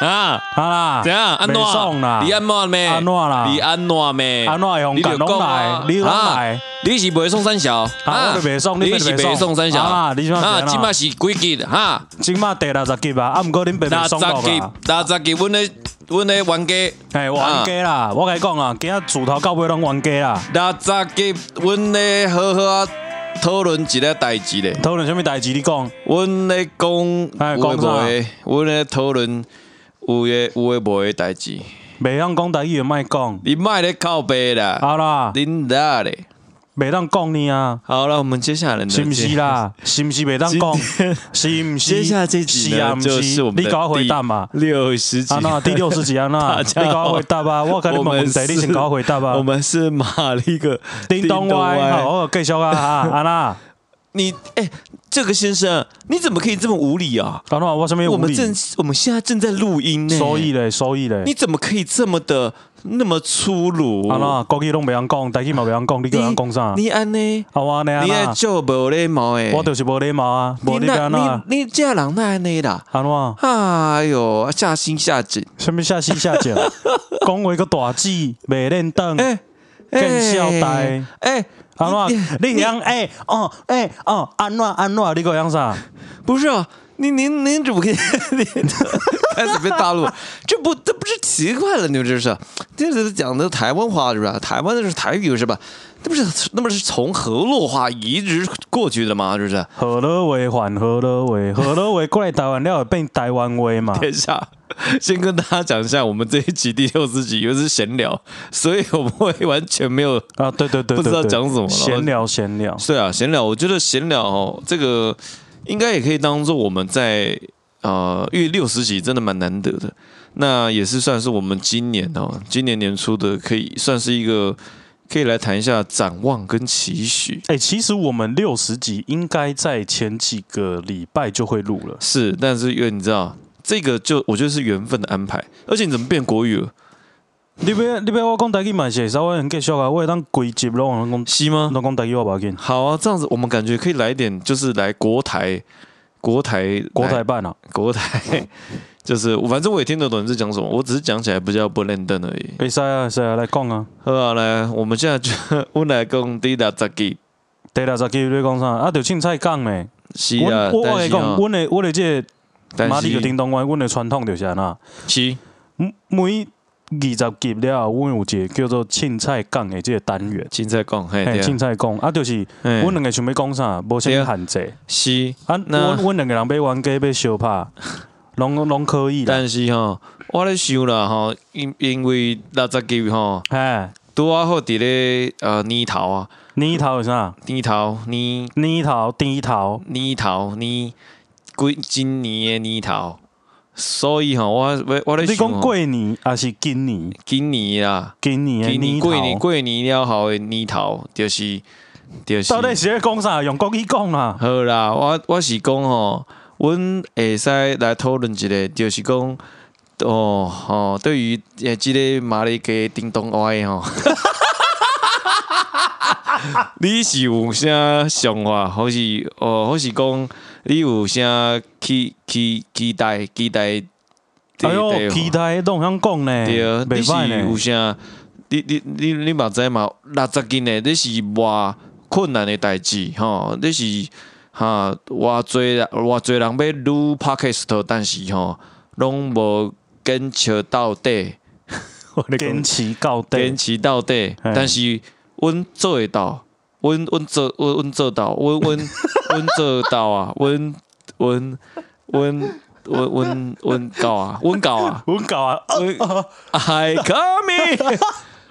啊，好啦，怎样？安袂诺爽啦你安诺咩？安怎啦你啊安诺咩？安怎会用你就感拢讲啊来，你拢啊来，你是袂送三小，啊，我就袂爽，你你是袂送三小啊，你即马啊，即即马马是几级哈？即马第六十集啊，啊，毋过恁六袂袂十爽到级啦，，六十级，阮咧阮咧冤家。嘿，冤家啦，我甲你讲啊，今仔自头到尾拢冤家啦，六十集，阮咧好好啊讨论一个代志咧。讨论啥物代志你讲，阮咧讲哎有诶讲啥无诶，阮咧讨论有诶有诶无诶代志。袂当讲代志就莫讲，你莫咧靠背啦，好啦，恁啦咧。袂当讲你啊。好了，我们接下来呢是毋是？啦？ 是毋是袂当讲？是毋是？接下来这集是呢啊，毋就是我们的你甲我回答嘛？六十集啊，那第六十集啊，那 大你家好甲我回答啊！我甲你问问题，我们是你先甲我回答啊我！们是马力个叮咚歪，好，我继续啊！啊，安娜，你哎、这个先生，啊你怎么可以这么无理啊？安娜，我身边我无们理，正我们现在正在录音呢，收益嘞，收益嘞你！怎么可以这么的那么粗鲁？安娜，国语拢袂晓讲，台语嘛袂晓讲，你你叫人讲啥？啊，你安呢？我安尼安你爱娜，做无礼貌诶？我就是无礼貌啊，无你礼貌安那娜，你你这人那安呢啦？安娜，哎哟，下心下井，什物下西 下井，讲话个大字袂认当，哎、嗯更笑呆。哎、安怎？你讲哎哦哎哦，安怎安怎？你个样啥？不是啊，您您您怎么可以 您开始被大陆？这不这不是奇怪了？你们这是，这是讲的台湾话是吧？台湾的是台语是吧？那不是那不是从河洛话移植过去的吗？是不是？ 何乐为还何乐为？何乐为过来台湾了会变台湾 话嘛？等一下，先跟大家讲一下，我们这一集第六十集又是闲聊，所以我们会完全没有啊，对对对，对不知道对讲什么了闲聊闲聊。对啊，闲聊，我觉得闲聊哦，这个应该也可以当做我们在呃，因为六十集真的蛮难得的，那也是算是我们今年哦，今年年初的可以算是一个可以来谈一下展望跟期许。哎，其实我们六十集应该在前几个礼拜就会录了。是，但是因为你知道，这个就我觉得是缘分的安排，而且你怎么变国语了？你要你要我讲台语嘛是会使，我能继续啊，我会当规集拢拢西吗讲？拢讲台语我无要紧。好啊，这样子我们感觉可以来一点，就是来国台。国台国来台办啊，国台， 就是我反正我也听得懂你在讲什么，我只是讲起来比较不认真而已。会使啊，会使啊，来讲啊。好啊，来，我们现在就阮来讲第六十集，第六十集你讲啥？啊，就凊彩讲诶。是我啊，我我但会是讲，啊，阮诶，阮诶，即个但马里个是叮当湾，阮诶传统就是安那。是每每二十集了，后，阮有一个叫做凊彩讲的即个单元，凊彩讲，嘿，嘿，对凊啊，彩讲啊，就是嘿阮两个想要讲啥，无啥对物啊限制是，啊。那阮阮两个人要冤家要相拍，拢拢可以啦。但是吼，我咧想啦吼，因因为六十集吼，嘿，拄啊好伫咧呃年头啊，泥头有啥？年头年泥头、低头，年头年，今今年的年头，所以吼，我我我咧你想讲吼，过年还是今年？今年啊，今年的今年泥过年头，过年了后的年头，就是就是。到底是咧讲啥？用国语讲啊啦。好啦，我我是讲吼，阮会使来讨论一个，就是讲哦吼、对于诶即个马里给叮咚歪吼， 你是有啥想法，或是哦，或是讲你有啥期期期待期待？哎哟，期待拢通讲呢，对，啊你袂是歹有呢。啥？你你你你嘛知嘛？六十斤诶，你是偌困难诶代志吼，你是哈偌侪人偌侪人要录 podcast，但是吼拢无坚持到底，我咧坚持到底坚，持到底，嘿但是阮做会到，阮阮做阮阮做到，阮阮阮做到啊，阮阮阮阮阮阮到啊，阮到啊。阮搞啊， I coming，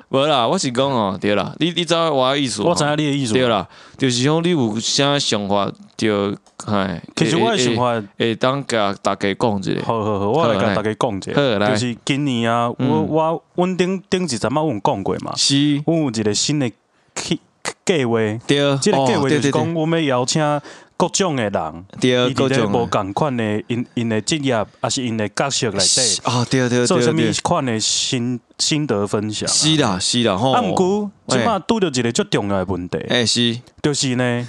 无啦，我是讲哦，对啦，你你知道我的意思吗？我知影你的意思。对啦，就是讲你有啥想法，就嗨。其实我的想会，法，会会当甲大家讲一下。好好好，我来好甲来大家讲者，好来就是今年啊，嗯我我阮顶顶一阵仔我有讲过嘛，是，阮有一个新的计计划，对，即个计哦对划就对对是讲，阮要邀请各种的人，对，伊各伫咧种无的共款的因因的职业，还是因的角色内是底，啊，对对做对啥物对，款的心心得分享啊。是啦是啦吼。啊，毋过即哎摆拄着一个足重要的问题，哎 是，就 是呢，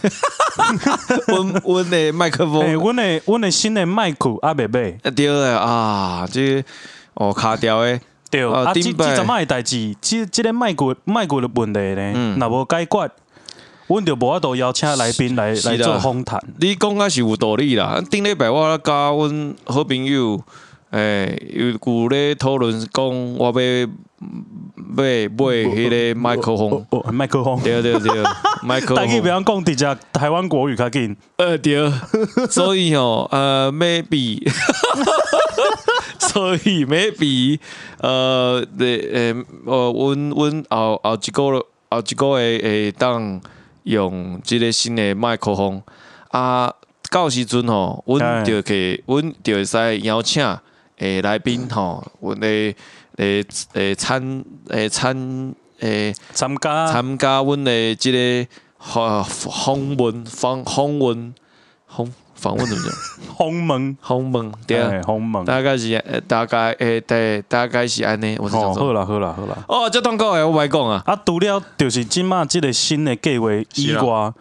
阮阮的麦克诶，风，阮的阮的新的麦克阿袂买，啊对了啊，这哦卡掉的，对啊啊，即即顶摆阵仔的代志，即即个麦克麦克的问题嗯呢，若无解决，阮就无法度邀请来宾来是来啦做访谈。你讲啊是有道理啦。顶礼拜我甲阮好朋友，诶、有有咧讨论讲我要买买迄个麦克风，哦，麦克风，对对对，麦克大家不风，要讲直接台湾国语较紧，呃对，所以哦，呃 maybe，所以 maybe，呃，对，诶、呃，阮阮后后一个后一个月会当用即个新的麦克风啊，到时阵吼，阮哎就去，阮就会使邀请诶来宾吼，阮诶诶诶参诶参诶。参加参加阮的即个访访问访访问访访问怎么 讲？鸿蒙，访问对啊，哎，鸿蒙。大概是呃大概诶对，大概是安尼。我是哦，想好说，啦好啦好啦。哦，这通告诶，我白讲啊，啊，除了就是即马即个新的计划以是外，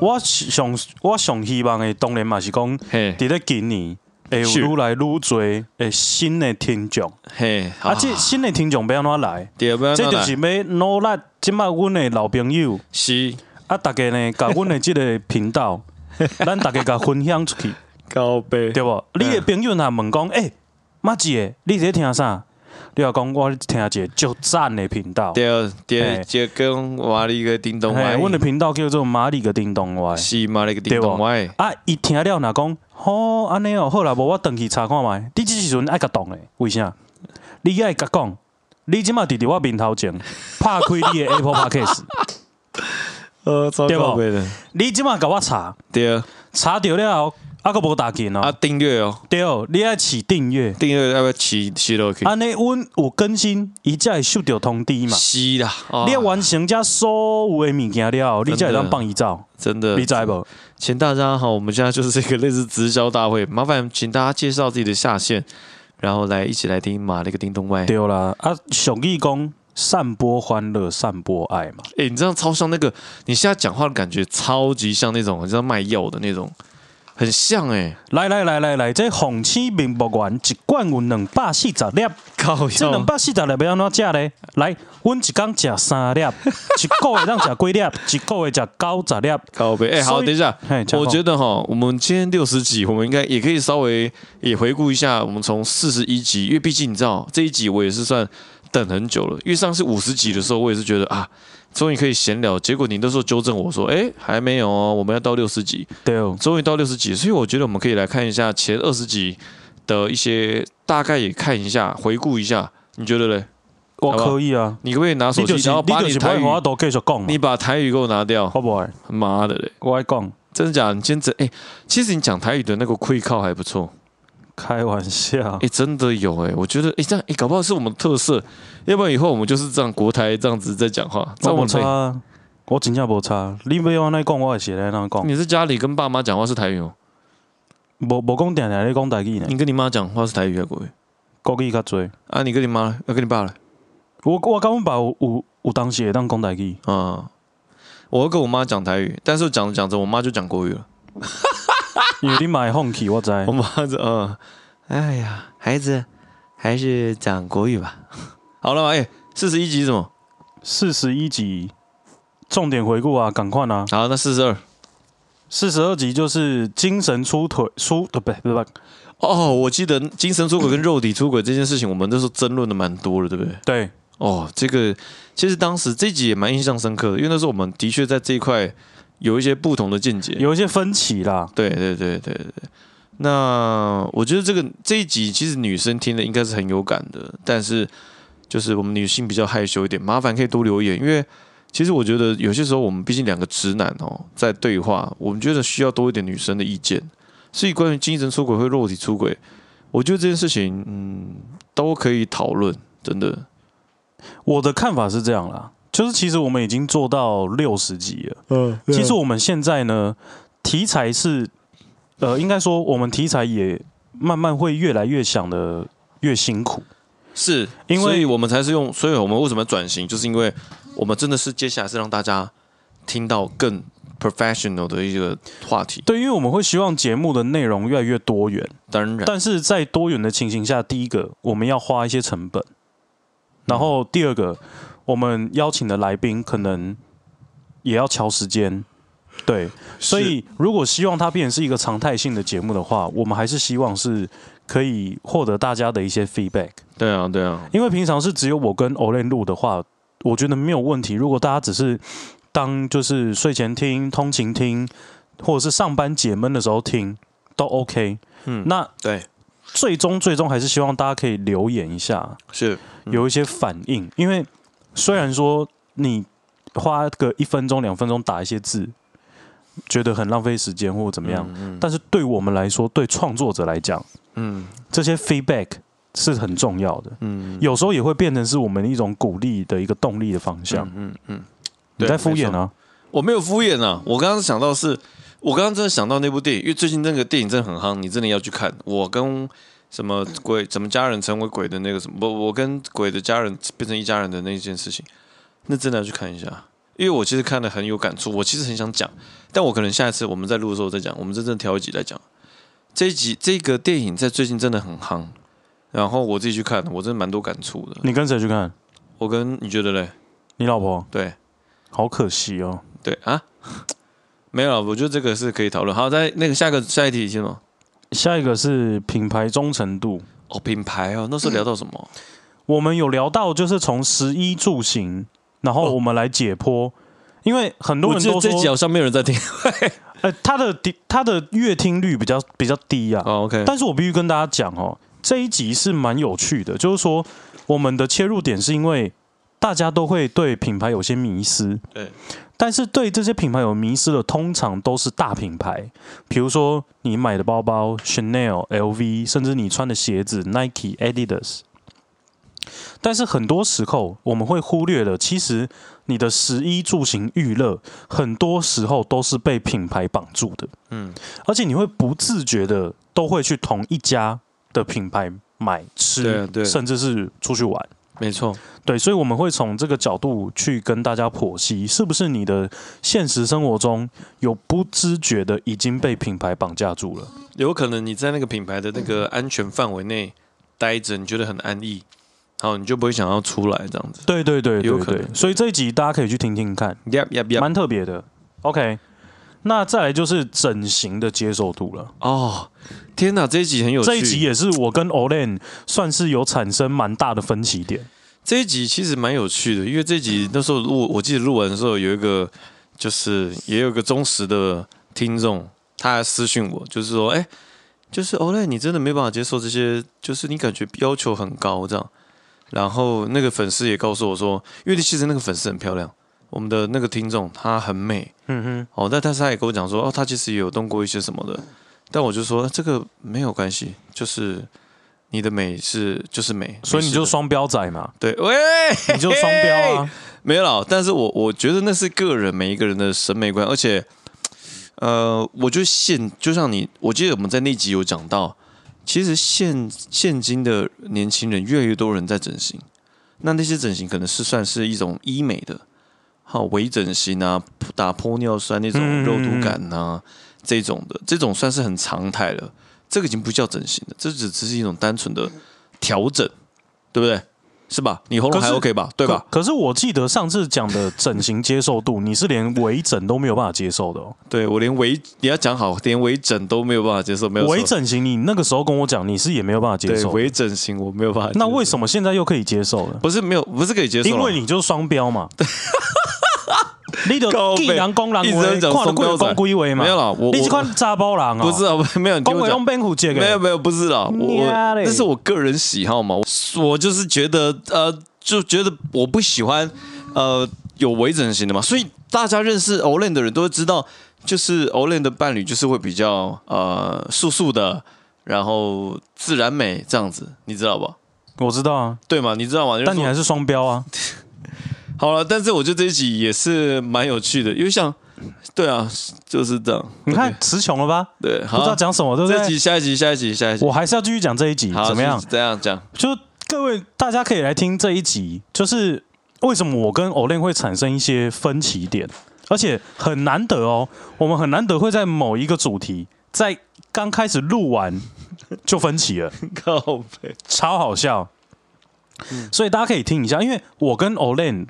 我上我上希望的当然嘛是讲，嘿伫咧今年会有是愈来愈多诶新的听众。嘿，啊，即新的听众要安怎来？对不？啊这就是要努力，即马阮的老朋友是啊，大家 呢，甲阮的即个频道， 咱大家甲分享出去，告白对无？你的朋友若问讲，诶、马姐，你伫咧听啥？你若讲我咧听一个足赞的频道，对对，嘿就跟瓦力个叮咚哎，歪，阮的频道叫做马里个叮咚歪，是嘛那个叮对咚无？歪，啊，伊听了若讲，吼、安尼哦，好啦，无我登去查看觅。你即时阵爱甲动诶，为啥？你爱甲讲，你即马伫伫我面头前，拍开你诶 Apple Podcast， 呃，对对不不？你即马甲我查，对啊，查着了后，啊个无打紧啊，哦，订阅哦，对，你爱起订阅，订阅要不要起起落去？安尼阮有更新，伊才会收到通知啊嘛。是啦，哦你完成遮所有诶物件了后，你才真会的当放伊走，真的你知无？请大家好，我们现在就是一个类似直销大会，麻烦请大家介绍自己的下线，然后来一起来听马了个叮咚歪。对啦，啊，俗语讲，散播欢乐，散播爱嘛。哎、你这样超像那个，你现在讲话的感觉超级像那种，你知道卖药的那种，很像哎、来来来来来，这红星面目丸一罐有两百四十粒，靠这两药百四十粒要安怎食呢？来，阮一工食 三粒，一个月当食几粒？一个月食九十粒。靠背哎、好，所以等一下，嘿，我觉得得哈，我们今天六十集，我们应该也可以稍微也回顾一下，我们从四十一集，因为毕竟你知道这一集我也是算等很久了，因为上次五十集的时候，我也是觉得啊，终于可以闲聊，结果你那时候纠正我说，哎，还没有哦，我们要到六十集，对哦，终于到六十集，所以我觉得我们可以来看一下前二十集的一些，大概也看一下，回顾一下，你觉得嘞？我好不好可以啊。你可不可以拿手你机，就是然后你把就你是的不台会语和，我都继续讲嘛你，把台语给我拿掉，好不好？妈的嘞！我爱讲，真的假的？你今天真哎、其实你讲台语的那个会靠还不错，开玩笑 哎、。真的有哎、我觉得哎、这样哎、搞不好是我们特色，要不然以后我们就是这样国台这样子在讲话，这样哦我我无们可以差，我真正无差。你要安尼讲，我会是安尼讲。你是家里跟爸妈讲话是台语哦，无无讲定定咧讲台语呢，你跟你妈讲话是台语啊，各位国语较侪。嗯啊，你跟你妈呢，要跟你爸了我我甲阮爸有有有当时会当讲台语，啊。我要跟我妈讲台语，但是讲着讲着，我妈就讲国语了。因为你嘛会放弃，我知。我妈就嗯，哎呀，孩子还是讲国语吧。 好了嘛，哎、四十一集是什么？四十一集，重点回顾啊，赶快啊！好，那四十二。四十二集就是精神出腿出，呃，不不不，哦，我记得精神出轨跟肉体出轨这件事情，我们那时候争论的蛮多的，对不对？对，哦，这个其实当时这集也蛮印象深刻的，因为那时候我们的确在这一块有一些不同的见解。有一些分歧啦。对对对对对。那我觉得这个这一集其实女生听了应该是很有感的，但是就是我们女性比较害羞一点，麻烦可以多留言，因为其实我觉得有些时候我们毕竟两个直男哦在对话，我们觉得需要多一点女生的意见。所以关于精神出轨或肉体出轨，我觉得这件事情嗯都可以讨论，真的。我的看法是这样啦，就是其实我们已经做到六十集了，嗯，其实我们现在呢，题材是，呃，应该说我们题材也慢慢会越来越想的越辛苦。是因为所以我们才是用，所以我们为什么转型，就是因为我们真的是接下来是让大家听到更 professional 的一个话题。对，因为我们会希望节目的内容越来越多元，当然，但是在多元的情形下，第一个我们要花一些成本，然后第二个我们邀请的来宾可能也要敲时间。对，所以如果希望它变成是一个常态性的节目的话，我们还是希望是可以获得大家的一些 feedback。对啊，对啊，因为平常是只有我跟 Olen 录的话，我觉得没有问题。如果大家只是当就是睡前听、通勤听，或者是上班解闷的时候听，都 OK。嗯，那对，最终最终还是希望大家可以留言一下，是有一些反应。因为虽然说你花个一分钟、两分钟打一些字，觉得很浪费时间或怎么样，嗯但是对我们来说，对创作者来讲，嗯这些 feedback 是很重要的。嗯，有时候也会变成是我们一种鼓励的一个动力的方向。嗯嗯，你对在敷衍啊？我没有敷衍啊，我刚刚想到是，我刚刚真的想到那部电影，因为最近那个电影真的很夯，你真的要去看。我跟什么鬼，怎么家人成为鬼的那个什么，我我跟鬼的家人变成一家人的那件事情，那真的要去看一下。因为我其实看的很有感触，我其实很想讲，但我可能下一次我们在录的时候再讲，我们真正挑一集来讲。这一集这个电影在最近真的很夯，然后我自己去看，我真的蛮多感触的。你跟谁去看？我跟你觉得嘞？你老婆？对，好可惜哦。对啊， 没有啦，我觉得这个是可以讨论。好，在那个下个下一题是吗？下一个是品牌忠诚度，哦，品牌哦，那时候聊到什么？我们有聊到就是从食衣住行，然后我们来解剖，因为很哦多我人记得都这集说，好像没有人在听。呃，他的低他的阅听率比较比较低啊。 哦，OK，但是我必须跟大家讲哦，这一集是蛮有趣的，就是说我们的切入点是因为大家都会对品牌有些迷失，对，但是对这些品牌有迷失的，通常都是大品牌，比如说你买的包包 Chanel、LV，甚至你穿的鞋子 Nike、Adidas。但是很多时候我们会忽略了，其实你的食衣住行娱乐，很多时候都是被品牌绑住的。嗯，而且你会不自觉的都会去同一家的品牌买对吃啊，对甚至是出去玩。没错，对，所以我们会从这个角度去跟大家剖析，是不是你的现实生活中有不知觉的已经被品牌绑架住了？有可能你在那个品牌的那个安全范围内待着，你觉得很安逸，然后你就不会想要出来这样子。对对对有对可能对，所以这一集大家可以去听听看， Yep yep yep。蛮特别的。OK，那再来就是整形的接受度了。哦，天哪，这一集很有趣。这一集也是我跟 Olen 算是有产生蛮大的分歧点。这一集其实蛮有趣的，因为这一集那时候录，我记得录完的时候有一个，就是也有一个忠实的听众，他还私讯我，就是说，哎，就是欧莱，你真的没办法接受这些，就是你感觉要求很高这样。然后那个粉丝也告诉我说，因为其实那个粉丝很漂亮，我们的那个听众她很美，嗯哦，但但是他也跟我讲说，哦，他其实也有动过一些什么的，但我就说这个没有关系，就是你的美是就是美，哼，所以你就没事的双标仔 嘛，对，喂，你就双标啊。没有啦，但是我我觉得那是个人每一个人的审美观，而且，呃，我觉得现就像你，我记得我们在那集有讲到，其实现现今的年轻人越来越多人在整形，那那些整形可能是算是一种医美的，好微整形啊，打玻尿酸那种嗯肉毒杆啊，这种的，这种算是很常态了，这个已经不叫整形了，这只只是一种单纯的调整，对不对？是吧？你喉咙还可是 OK 吧？对吧？可？可是我记得上次讲的整形接受度，你是连微整都没有办法接受的哦。对我连微你要讲好，连微整都没有办法接受，没有错微整形，你那个时候跟我讲，你是也没有办法接对受。微整形我没有办法接受。那为什么现在又可以接受了？不是没有不是可以接受啦？啊因为你就是双 标嘛。你的靠背既然公然一直为，在讲跨了贵双标仔公规为嘛？没有啦我你我这款渣包狼啊！不是，啊，不没有你听公我委讲用，边虎借给没有没有不是啦，我我娘嘞那是我个人喜好嘛，我我就是觉得呃就觉得我不喜欢呃有微整形的嘛，所以大家认识 Olen 的人都会知道，就是 Olen 的伴侣就是会比较呃素素的，然后自然美这样子，你知道吧？我知道啊，对嘛，你知道吗？就是但你说 还是双标啊。好了，但是我觉得这一集也是蛮有趣的，因为像对啊，就是这样。你看词穷了吧？对，不知道好，讲什么，对不这对？集下一集下一集下一集，我还是要继续讲这一集，好怎么样是？这样讲，就各位大家可以来听这一集，就是为什么我跟 Olen 会产生一些分歧点，而且很难得哦，我们很难得会在某一个主题在刚开始录完就分歧了，靠背，超好笑。嗯所以大家可以听一下，因为我跟 Olen，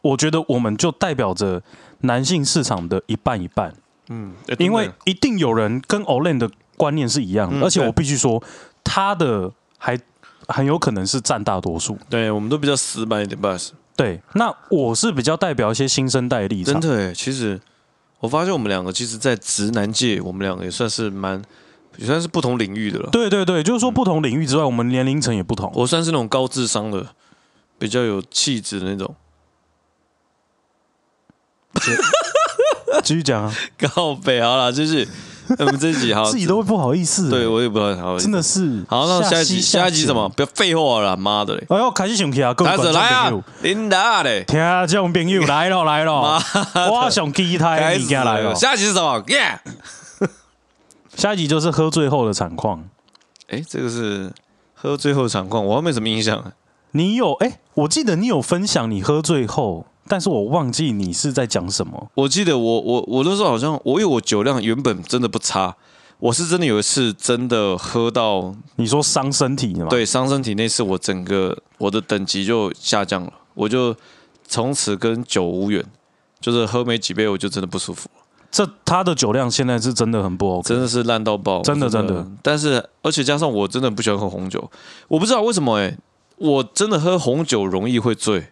我觉得我们就代表着男性市场的一半一半。嗯，欸因为真的一定有人跟 Olen 的观念是一样的，嗯而且我对必须说，他的还很有可能是占大多数。对我们都比较死板一点，boss，对，那我是比较代表一些新生代的立真场，的诶，其实我发现我们两个其实，在直男界，我们两个也算是蛮也算是不同领域的了。对对对，就是说不同领域之外，我们年龄层也不同。嗯我算是那种高智商的，比较有气质的那种。继续讲啊，啊告北好啦，就是我们这一集好， 自己都会不好意思，对我也不知道，真的是。好，那下一集期下一集什么？？期不要废话了啦，妈的嘞！哎呦，开始想起啊，各位来观者众来啊朋友，，琳达嘞，听众 朋友来了来了，我想期待开物始件来了了。。下一集是什么？Yeah，下一集就是喝醉后的惨况。哎，这个是喝最后的场况，我还没什么印象啊。你有哎、我记得你有分享你喝醉后，但是我忘记你是在讲什么。我记得我我我那时候好像，我因为我酒量原本真的不差，我是真的有一次真的喝到你说伤身体的吗？，对伤身体那次，我整个我的等级就下降了，我就从此跟酒无缘，就是喝没几杯我就真的不舒服，这他的酒量现在是真的很不 OK。真的是烂到爆，真的真的的。但是而且加上我真的不喜欢喝红酒，我不知道为什么哎、我真的喝红酒容易会醉，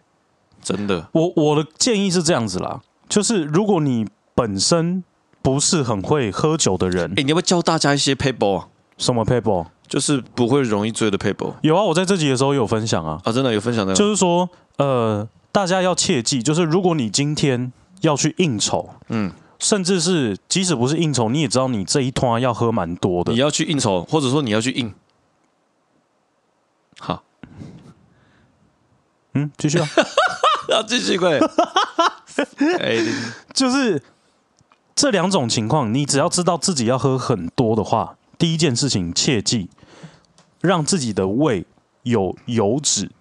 真的。我我的建议是这样子啦，就是如果你本身不是很会喝酒的人哎、，你要不要教大家一些 paper 啊？什么 paper 就是不会容易醉的 paper 有啊，我在这集的时候有分享啊，啊，真的有分享的，就是说呃，大家要切记，就是如果你今天要去应酬，嗯。甚至是即使不是应酬，你也知道你这一团要喝蛮多的你。要去应酬，或者说你要去应。好，嗯，继续啊。要继续快点。 哎， 就是这两种情况，你只要知道自己要喝很多的话，第一件事情切记，让自己的胃有油脂。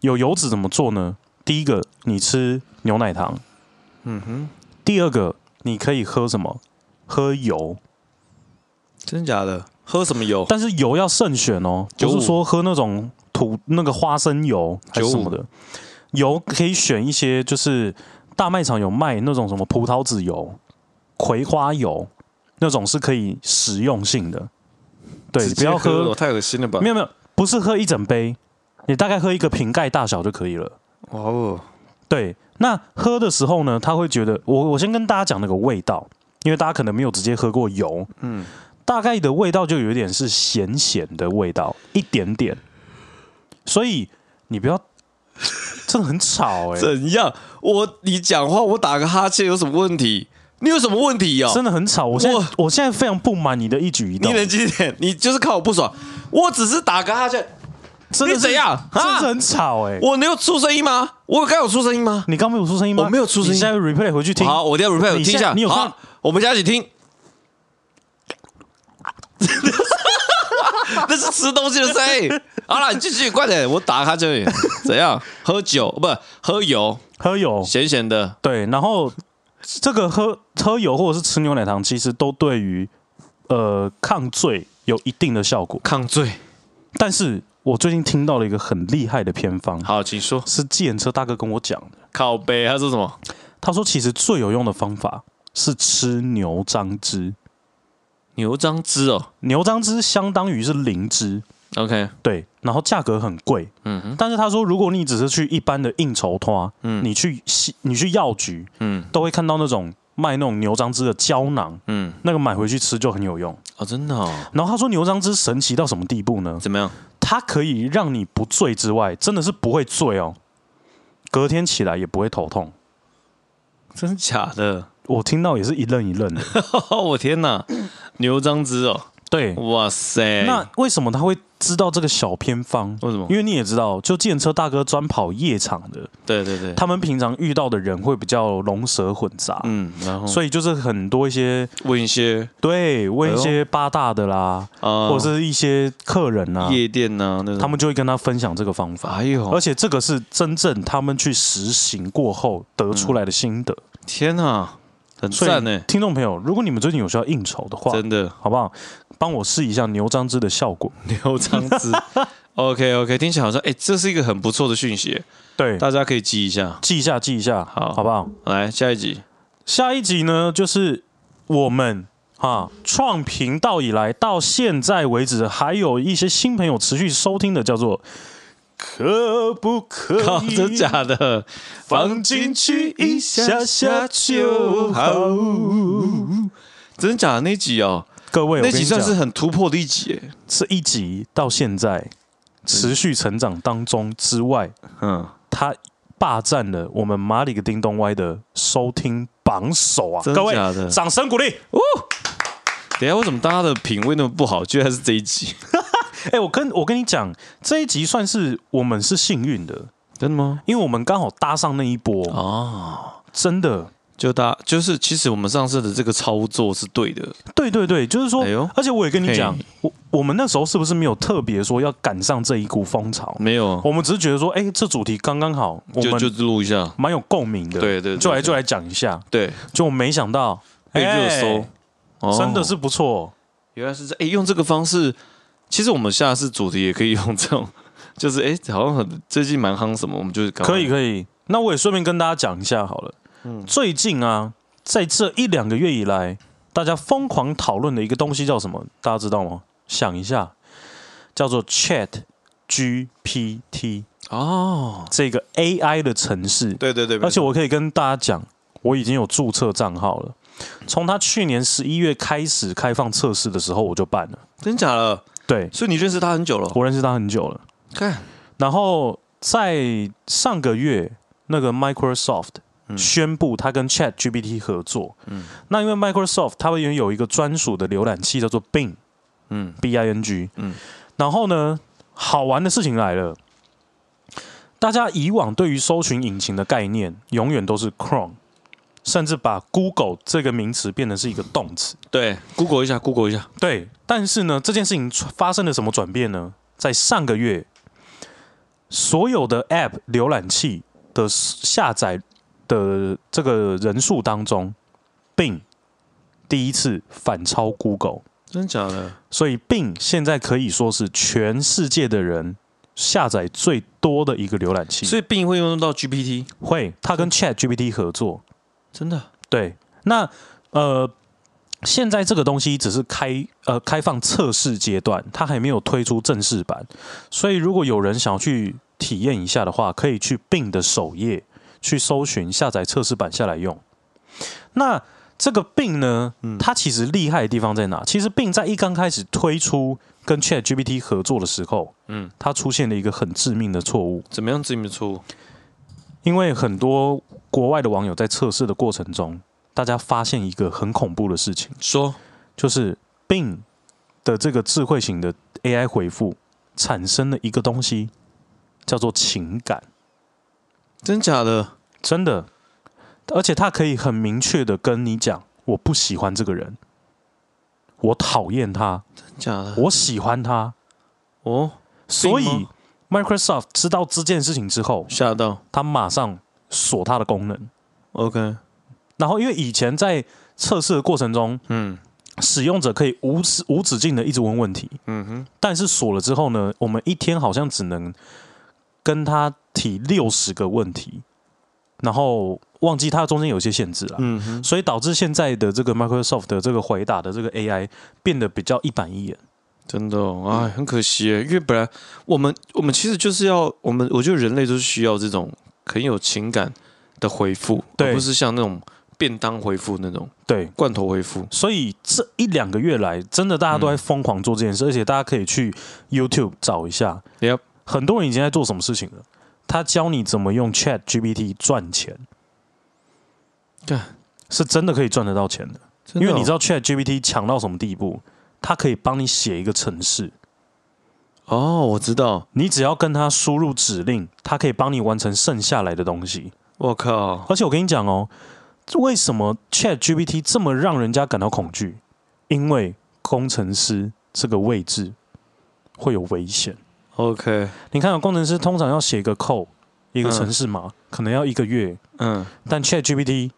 有油脂怎么做呢？第一个，你吃牛奶糖；嗯哼，第二个，你可以喝什么？喝油，真假的？喝什么油？但是油要慎选哦， 95不是说喝那种土那个花生油还是什么的。油可以选一些，就是大卖场有卖那种什么葡萄籽油、葵花油那种是可以食用性的。对，直你接不要喝，太恶心了吧没？有没有，不是喝一整杯，你大概喝一个瓶盖大小就可以了。哇哦，对，那喝的时候呢，他会觉得我我先跟大家讲那个味道，因为大家可能没有直接喝过油，嗯，大概的味道就有点是咸咸的味道，一点点，所以你不要真的很 吵哎、怎样？我你讲话，我打个哈欠有什么问题？你有什么问题呀、哦真的哦很吵，我现在我现在非常不满你的一举一你动，冷静一点，你就是看我不爽。我只是打个哈欠，真的你是怎样真的啊是很吵哎、我能有出声音吗？我刚有出声音吗？你刚没有出声音吗？我没有出声音你现在 replay 回去听。好，我等一下 repeat 听你一现在下。你有看好，我们下一起 听。那是吃东西的声音。好了，你继续，快点，我打他这里。怎样？喝酒不喝油，喝油，咸咸的。对，然后这个喝喝油或者是吃牛奶糖，其实都对于呃抗醉有一定的效果。抗醉。但是我最近听到了一个很厉害的偏方，好，请说。是计程车大哥跟我讲的。靠背，他说什么？他说，其实最有用的方法是吃牛樟汁。牛樟汁哦。牛樟汁相当于是灵芝， OK，对，然后价格很贵。嗯哼，但是他说，如果你只是去一般的应酬团，嗯你去西你去药局，嗯都会看到那种卖那种牛樟汁的胶囊，嗯，那个买回去吃就很有用。哦，真的哦。然后他说牛樟汁神奇到什么地步呢？怎么 样？它可以让你不醉之外，真的是不会醉哦，隔天起来也不会头痛。真假的？ 我听到也是一愣一愣的，我天哪！牛樟汁哦，对，哇塞，那为什么他会知道这个小偏方？为什么因为你也知道，就建车大哥专跑夜场的，对对对，他们平常遇到的人会比较龙蛇混杂，嗯，然后所以就是很多一些问一些对问一哎些八大的啦，啊，或者是一些客人啊，夜店呐，那种他们就会跟他分享这个方法。哎呦，而且这个是真正他们去实行过后得出来的心得，天啊，很所赞以呢，听众朋友，如果你们最近有需要应酬的话，真的好不好？帮我试一下牛樟芝的效果。牛樟 芝。OK OK，听起来好像哎、这是一个很不错的讯息，对，大家可以记一下。记一下，记一下，好好不好？来下一集，下一集呢，就是我们啊创频道以来到现在为止，还有一些新朋友持续收听的，叫做“可不靠 可，以真假的，放进去一下下就好”。真假的那集哦，各位，那我跟集你算讲，是很突破的一集耶，是一集到现在持续成长当中之外，嗯，它霸占了我们马里个叮咚歪的收听榜首啊！真各位，假的。掌声鼓励！等一下为什么大家的品味那么不好，居然是这一集？哎、我跟我跟你讲，这一集算是我们是幸运的，真的吗？因为我们刚好搭上那一波，哦，真的，就大就是其实我们上次的这个操作是对的，对对对，就是说，哎呦而且我也跟你讲嘿，我我们那时候是不是没有特别说要赶上这一股风潮？没有我们只是觉得说，哎、这主题刚刚好，我就就们录一下，蛮有共鸣的，对对对就来对就来讲一下，对，就我没想到被热搜哎，哦真的是不错，原来是这，哎、用这个方式，其实我们下次主题也可以用这种， 就是哎、好像很最近蛮夯什么，我们就是赶快可以可以。那我也顺便跟大家讲一下好了，嗯最近啊，在这一两个月以来，大家疯狂讨论的一个东西叫什么？大家知道吗？想一下，叫做 Chat GPT。哦，这个 AI 的城市，对对对，而且我可以跟大家讲，我已经有注册账号了。从他去年十一月开始开放测试的时候，我就办了。真假了，对，所以你认识他很久了，我认识他很久了。看然后在上个月，那个 Microsoft 宣布他跟 Chat GPT 合作。嗯，那因为 Microsoft 它会有一个专属的浏览器叫做 Bing，嗯嗯，B I N G，嗯嗯。然后呢，好玩的事情来了。大家以往对于搜寻引擎的概念，永远都是 Chrome，甚至把 Google 这个名词变成是一个动词。对，Google 一下，Google 一下，对，但是呢，这件事情发生了什么转变呢？在上个月，所有的 App 浏览器的下载的这个人数当中，Bing 第一次反超 Google，真假的，所以 Bing 现在可以说是全世界的人下载最多的一个浏览器。所以并会用到 GPT，会，它跟 Chat GPT 合作，真的，对，那呃，现在这个东西只是开呃开放测试阶段，它还没有推出正式版，所以如果有人想要去体验一下的话，可以去 Bing 的首页去搜寻下载测试版下来用。那这个 Bing 呢，它其实厉害的地方在哪？其实 Bing 在一刚开始推出跟 Chat GPT 合作的时候，嗯嗯，它出现了一个很致命的错误，怎么样自己的错误？因为很多国外的网友在测试的过程中，大家发现一个很恐怖的事情，说就是 Bing 的这个智慧型的 AI 回复产生了一个东西，叫做情感，真假的，真的，而且它可以很明确的跟你讲，我不喜欢这个人，我讨厌他，真假的，我喜欢他，哦，所并以吗 Microsoft 知道这件事情之后，吓到它马上锁它的功能。 ，OK，然后因为以前在测试的过程中，嗯使用者可以无止无止境的一直问问题，嗯哼，但是锁了之后呢，我们一天好像只能跟他提六十个问题，然后忘记它中间有一些限制了。嗯哼，所以导致现在的这个 Microsoft 的这个回答的这个 AI 变得比较一板一眼，真的、哦，哎，很可惜耶，因为本来我们我们其实就是要我们，我觉得人类就是需要这种很有情感的回复，对而不是像那种便当回复那种对，罐头回复。所以这一两个月来，真的大家都在疯狂做这件事，而且大家可以去 YouTube 找一下 Yep 很多人已经在做什么事情了。他教你怎么用 Chat GPT 赚钱，对，是真的可以赚得到钱的，真的因为你知道道 Chat GPT 强到什么地步，它可以帮你写一个程式，哦，我知道，你只要跟它输入指令，它可以帮你完成剩下来的东西。我靠，而且我跟你讲哦，为什么 Chat GPT 这么让人家感到恐惧？因为工程师这个位置会有危险。 ，OK，你看，哦工程师通常要写一个 code 一个程式码，可能要一个月，嗯但 Chat GPT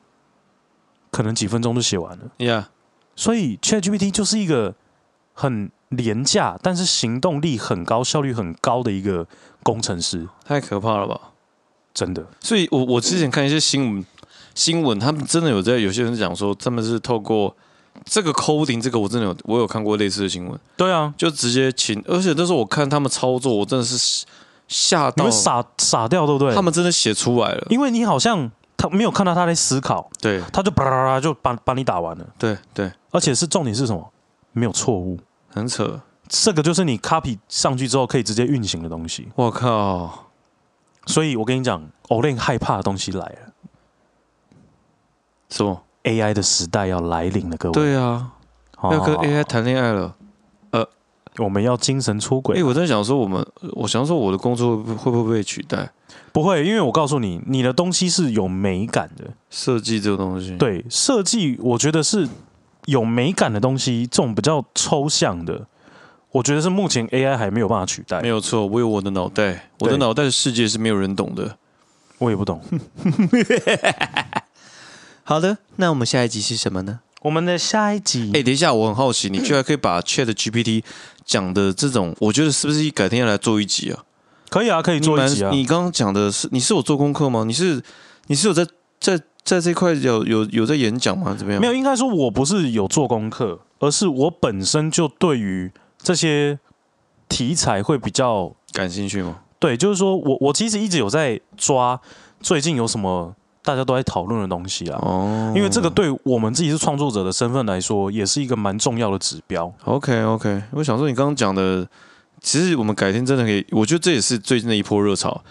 可能几分钟就写完了。呀，所以 Chat GPT 就是一个很廉价，但是行动力很高、效率很高的一个工程师，太可怕了吧？真的。所以我我之前看一些新闻，新闻他们真的有在有些人讲说，他们是透过这个 coding 这个，我真的有我有看过类似的新闻，对啊，就直接请，而且那时候我看他们操作，我真的是吓你到会，傻傻掉，对不对？他们真的写出来了，因为你好像他没有看到他在思考，对他就啪啦啦啦就把把你打完了，对对，而且是重点是什么？没有错误，很扯，这个就是你 copy 上去之后可以直接运行的东西。我靠，所以我跟你讲，Olin 害怕的东西来了什么？ ，AI 的时代要来临了，各位。对啊，哦，要跟 AI 谈恋爱了。我们要精神出轨哎、。我在想说，我们，我想说，我的工作会不会会不会被取代？不会，因为我告诉你，你的东西是有美感的。设计这个东西，，对，设计我觉得是有美感的东西，这种比较抽象的，我觉得是目前 AI 还没有办法取代没。有错。我有我的脑袋，我的对脑袋的世界是没有人懂的。我也不懂。好的，那我们下一集是什么呢？我们的下一集，哎、等一下，我很好奇，你居然可以把 Chat GPT 讲的这种，我觉得是不是改天要来做一集啊？可以啊，可以你做一蛮集啊。你刚刚讲的是，你是有做功课吗？你是你是有在在在这块有有有在演讲吗？怎么样？没有，应该说我不是有做功课，而是我本身就对于这些题材会比较感兴趣吗？对，就是说我我其实一直有在抓最近有什么大家都在讨论的东西啊。哦，因为这个对我们自己是创作者的身份来说，也是一个蛮重要的指标。 OK OK，我哦想说你刚刚讲的，其实我们改天真的可以，我觉得这也是最近的一波热潮，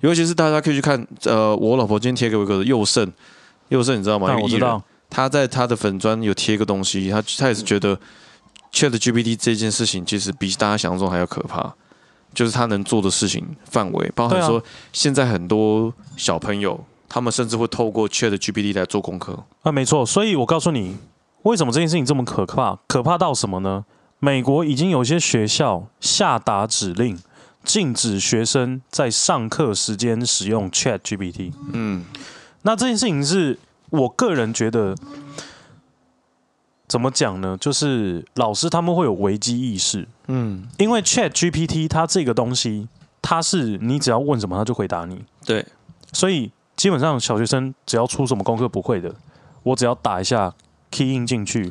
尤其是大家可以去看，呃，我老婆今天贴给我一个佑胜，佑胜你知道吗？那一个我艺知人道，啊他在他的粉砖有贴一个东西，他他也是觉得 Chat GPT 这件事情其实比大家想象中还要可怕，就是他能做的事情范围，包含对啊说现在很多小朋友，他们甚至会透过 Chat GPT 来做功课。啊，没错，所以我告诉你，为什么这件事情这么可怕？可怕到什么呢？美国已经有些学校下达指令，禁止学生在上课时间使用 Chat GPT。嗯，那这件事情是我个人觉得，怎么讲呢？就是老师他们会有危机意识，嗯，因为 Chat GPT 它这个东西，它是你只要问什么，它就回答你。对，所以基本上小学生只要出什么功课不会的，我只要打一下 key in 进去，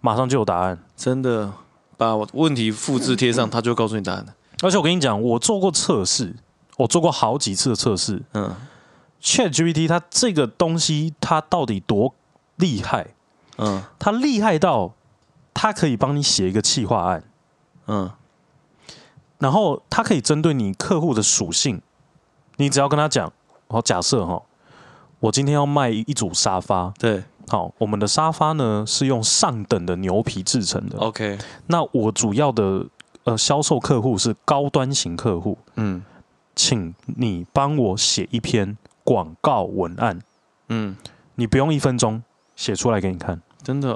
马上就有答案。真的把我问题复制贴上，他就会告诉你答案了。而且我跟你讲，我做过测试，我做过好几次的测试嗯，Chat GPT 它这个东西它到底多厉害？嗯它厉害到它可以帮你写一个企划案，嗯，然后它可以针对你客户的属性，你只要跟他讲，好假设哈，我今天要卖一一组沙发，对好，我们的沙发呢是用上等的牛皮制成的。 ，OK，那我主要的呃销售客户是高端型客户，嗯请你帮我写一篇广告文案，嗯，你不用一分钟写出来给你看。真的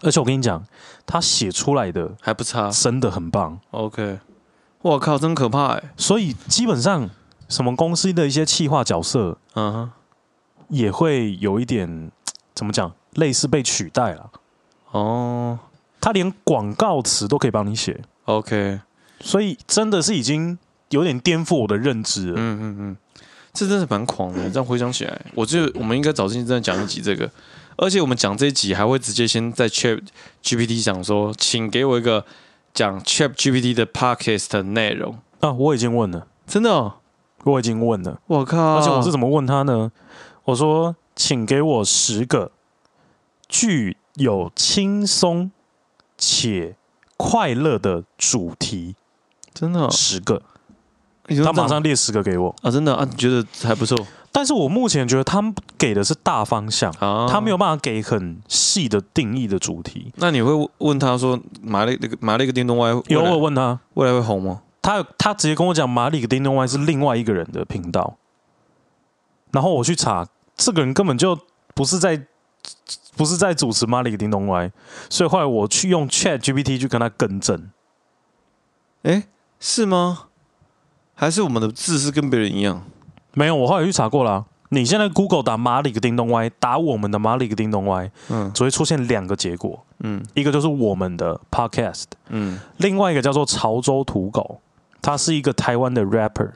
而且我跟你讲，他写出来的啊还不差。真的很棒， OK，我靠，真可怕哎、所以基本上什么公司的一些企划角色嗯哼，也会有一点怎么讲，类似被取代了。哦他连广告词都可以帮你写， ，OK，所以真的是已经有点颠覆我的认知嗯了。嗯嗯，这真是蛮狂 的。这样回想起来，我就我们应该找时间再讲一集这个，而且我们讲这一集还会直接先在 Chat GPT 讲说，请给我一个讲 Chat GPT 的 podcast 内容。啊，我已经问了，真的、哦，我已经问了，我靠！而且我是怎么问他呢？我说，请给我十个具有轻松且快乐的主题，真的、哦，十个。你说他这马样上列十个给我，啊，真的啊，你觉得还不错。但是我目前觉得他们给的是大方向，啊他没有办法给很细的定义的主题。那你会问他说买了那个买了一个电动外有未来我问他，未来会红吗？他有他直接跟我讲，马里克叮咚外是另外一个人的频道，然后我去查，这个人根本就不是在不是在主持马里克叮咚外，所以后来我去用 Chat GPT 去跟他更正，诶，是吗？还是我们的字是跟别人一样？没有，我后来去查过了啊、你现在 Google 打马里克叮咚歪，打我们的马里克叮咚歪，嗯只会出现两个结果，嗯一个就是我们的 Podcast，嗯另外一个叫做潮州土狗，他是一个台湾的 rapper。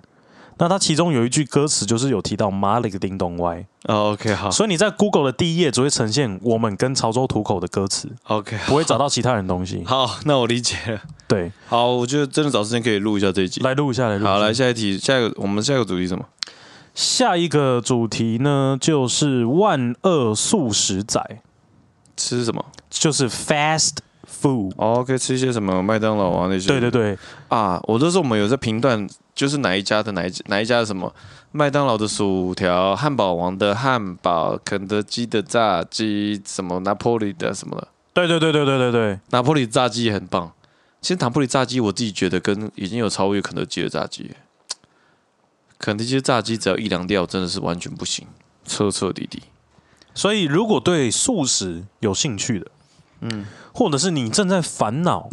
那他其中有一句歌词就是有提到马里克叮咚歪，哦，OK，好所以你在 Google 的第一页只会呈现我们跟潮州土口的歌词， ，OK，不会找到其他人的东西。好， 那我理解了。对，好，我觉得真的找时间可以录一下这一集。来录一下，来录一下。好，来下一题，下一个我们下一个主题是什么？下一个主题呢，就是万恶素食仔，吃什么？就是 fast food。哦，可以吃一些什么麦当劳啊那些。对对对，啊，我那时候我们有在评断，就是哪一家的哪一哪一家的什么麦当劳的薯条、汉堡王的汉堡、肯德基的炸鸡、什么拿破里的什么的，对对对对对对对，拿破里炸鸡也很棒。其实拿破里炸鸡我自己觉得跟已经有超越肯德基的炸鸡了，肯德基的炸鸡只要一凉掉，真的是完全不行，彻彻底底。所以如果对素食有兴趣的，嗯，或者是你正在烦恼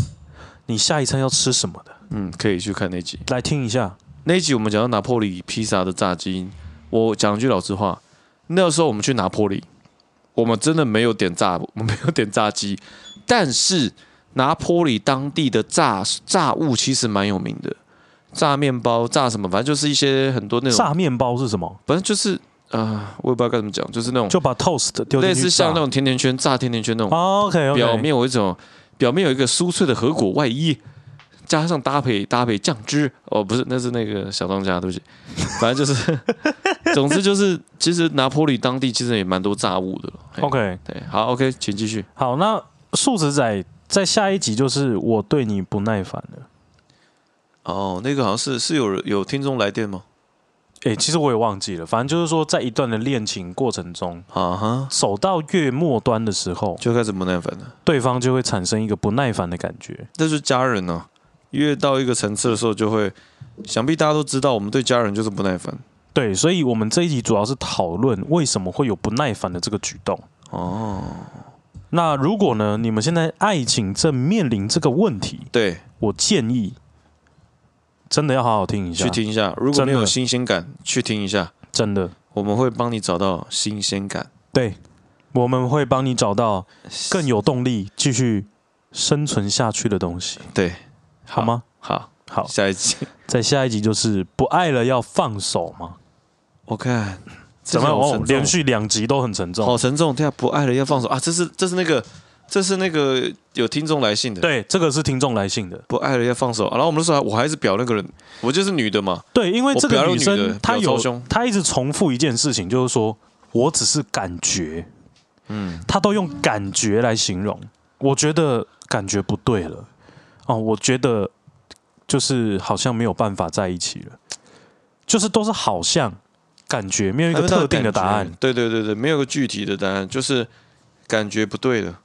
你下一餐要吃什么的，嗯，可以去看那集。来听一下。那一集我们讲到拿破里披萨的炸鸡，我讲句老实话，那时候我们去拿破里，我们真的没有点炸， 我们没有点炸鸡，但是拿破里当地的炸炸物其实蛮有名的，炸面包、炸什么，反正就是一些很多那种，炸面包是什么？反正就是啊、呃我也不知道该怎么讲，就是那种就把 toast 丢进去炸，哦类似像那种甜甜圈、炸甜甜圈那种， OK OK，表面有一种表面有一个酥脆的核果外衣，加上搭配搭配酱汁，哦，不是，那是那个小当家，对不起，反正就是， 总之就是，其实拿坡里当地其实也蛮多炸物的了。嘿 OK。对，好，OK，请继续。好，那素食仔在下一集就是我对你不耐烦了。哦，那个好像是是有有听众来电吗？诶、其实我也忘记了，反正就是说，在一段的恋情过程中，啊哈，走到越末端的时候，就开始不耐烦了，对方就会产生一个不耐烦的感觉。这就是家人呢、越到一个层次的时候，就会，想必大家都知道，我们对家人就是不耐烦。对，所以我们这一集主要是讨论为什么会有不耐烦的这个举动。哦，那如果呢，你们现在爱情正面临这个问题，对，我建议真的要好好听一下，去听一下，如果你真有的新鲜感，去听一下。真的，我们会帮你找到新鲜感，对，我们会帮你找到更有动力继续生存下去的东西，对，好吗？好，好，下一集在下一集就是不爱了要放手嘛？我看怎么样？这集好哦沉，重连续两集都很沉重好。沉重，对啊，不爱了要放手啊！这是这是那个这是那个有听众来信的，，对，这个是听众来信的。不爱了要放手。啊然后我们就说，我还是表那个人，我就是女的嘛，对，因为这我个表女女的生她表有超凶她一直重复一件事情，就是说我只是感觉，嗯，她都用感觉来形容。我觉得感觉不对了，哦，我觉得就是好像没有办法在一起了，就是都是好像感觉，没有一还个没到特定的感觉答案。。对对对对，没有个具体的答案，就是感觉不对了。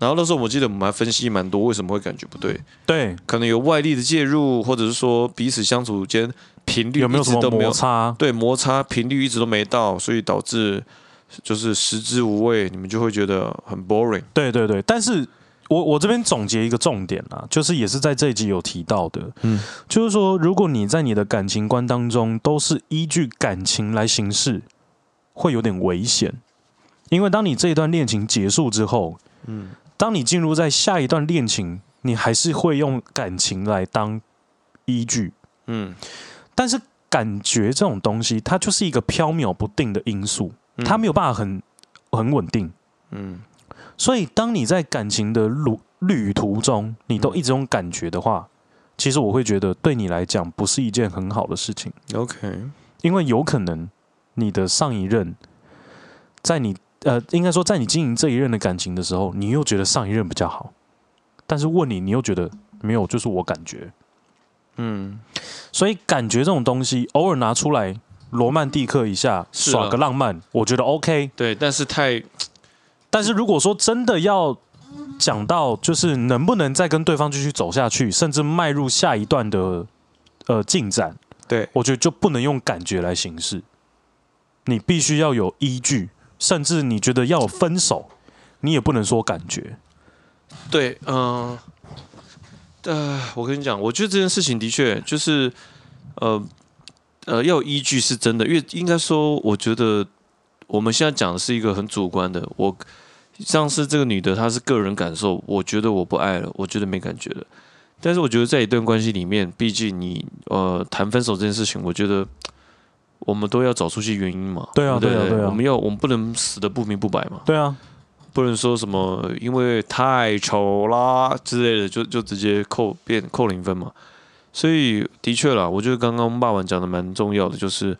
然后那时候我记得我们还分析蛮多为什么会感觉不对，对，可能有外力的介入，或者是说彼此相处间频率有没有一直什么都没摩有擦？对摩擦频率一直都没到，所以导致就是食之无味，你们就会觉得很 boring。对对对，但是我我这边总结一个重点啊，就是也是在这一集有提到的，嗯嗯，就是说如果你在你的感情观当中都是依据感情来行事，会有点危险，因为当你这一段恋情结束之后，嗯嗯，当你进入在下一段恋情，你还是会用感情来当依据，嗯，但是感觉这种东西，它就是一个飘渺不定的因素，嗯它没有办法很很稳定。嗯所以，当你在感情的路旅途中，你都一直用感觉的话，其实我会觉得对你来讲不是一件很好的事情， ，OK，因为有可能你的上一任，在你呃，应该说在你经营这一任的感情的时候，你又觉得上一任比较好，但是问你，你又觉得没有，就是我感觉。嗯所以感觉这种东西，偶尔拿出来罗曼蒂克一下，是啊耍个浪漫，我觉得 OK。对，但是太但是如果说真的要讲到，就是能不能再跟对方继续走下去，甚至迈入下一段的呃进展，对我觉得就不能用感觉来行事，你必须要有依据，甚至你觉得要有分手，你也不能说感觉。对，嗯、呃，我跟你讲，我觉得这件事情的确就是，呃，呃，要有依据是真的，因为应该说，我觉得我们现在讲的是一个很主观的。我上次这个女的她是个人感受，我觉得我不爱了，我觉得没感觉了。但是我觉得在一段关系里面，毕竟你呃谈分手这件事情，我觉得我们都要找出些原因嘛。对啊不对啊对啊我们要我们不能死的不明不白嘛。对啊，不能说什么呃因为太丑啦之类的，就就直接扣变扣零分嘛。所以的确啦，我觉得刚刚霸王讲的蛮重要的，就是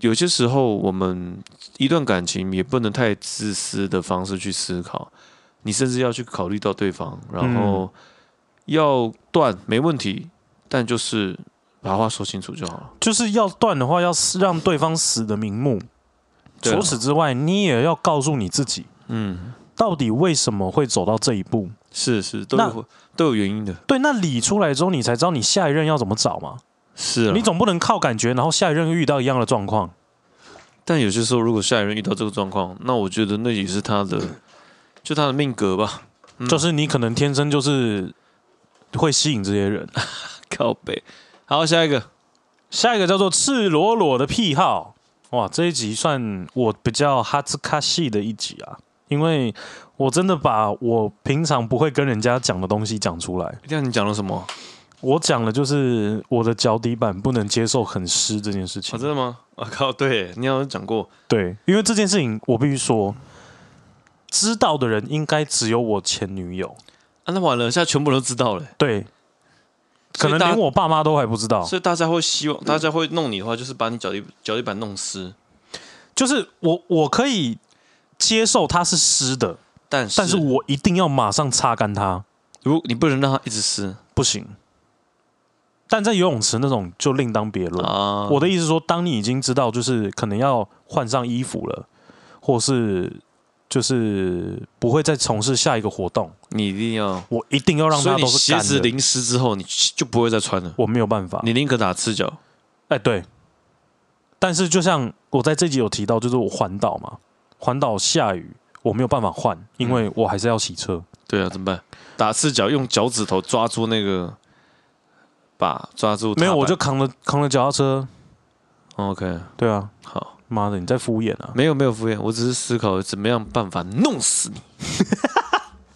有些时候我们一段感情也不能太自私的方式去思考，你甚至要去考虑到对方，然后要断没问题，但就是把话说清楚就好了。就是要断的话，要死让对方死的瞑目。对啊除此之外，你也要告诉你自己，嗯，到底为什么会走到这一步。是是，都那有都有原因的。对，那理出来之后，你才知道你下一任要怎么找嘛。是啊你，总不能靠感觉，然后下一任遇到一样的状况。但有些时候，如果下一任遇到这个状况，那我觉得那也是他的，就他的命格吧。嗯就是你可能天生就是会吸引这些人。 靠背。好，下一个，下一个叫做赤裸裸的癖好。哇，这一集算我比较哈兹卡系的一集啊，因为我真的把我平常不会跟人家讲的东西讲出来。哎这样你讲了什么？我讲的就是我的脚底板不能接受很湿这件事啊，情。真的吗？我、靠，对你好像讲过，对，因为这件事情我必须说，知道的人应该只有我前女友。啊，那完了，现在全部都知道了，对，可能所以大连我爸妈都还不知道。所以大家会希望，大家会弄你的话，就是把你脚底脚底板弄湿，就是我我可以接受它是湿的，但是但是我一定要马上擦干它。如你不能让它一直湿不行。但在游泳池那种就另当别论。啊。我的意思是说，当你已经知道就是可能要换上衣服了，或是就是不会再从事下一个活动，你一定要，我一定要让所它以你都是鞋干子的。淋湿之后，你就不会再穿了，我没有办法。你宁可打赤脚。哎，对。但是就像我在这集有提到，就是我环岛嘛，环岛下雨，我没有办法换，因嗯为我还是要洗车。对啊，怎么办？打赤脚，用脚趾头抓住那个把，抓住踏板。没有，我就扛了扛了脚踏车。 OK。对啊，好，妈的，你在敷衍啊！没有没有敷衍，我只是思考怎么样办法弄死 你。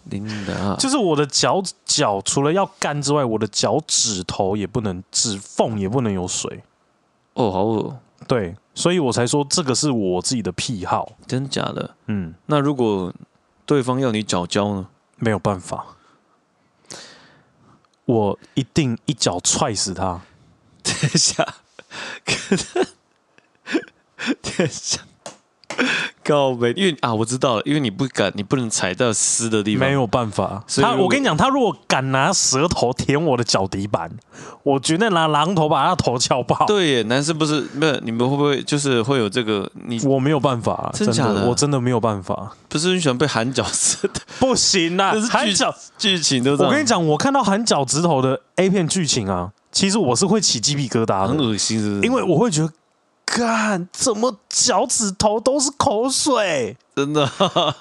琳达，就是我的脚脚除了要干之外，我的脚趾头也不能，指缝也不能有水。哦，好恶，对，所以我才说这个是我自己的癖好。真假的？嗯，那如果对方要你脚胶呢？没有办法，我一定一脚踹死他。 等一下，等一下，告白，因为啊，我知道了，因为你不敢，你不能踩到湿的地方。没，有办法，所以他如果我跟你讲，他如果敢拿舌头舔我的脚底板，我绝对拿榔头把他头敲爆。，对耶，男生不是不是，你们会不会就是会有这个？你我没有办法，啊真真假的我真的没有办法，不是很喜欢被喊脚湿的不行啊这是！还剧脚剧情都这样。我跟你，讲，我看到含脚趾头的 A 片剧情啊，其实我是会起鸡皮疙瘩很的，恶心，是不是？因为我会觉得，干，怎么脚趾头都是口水，真的，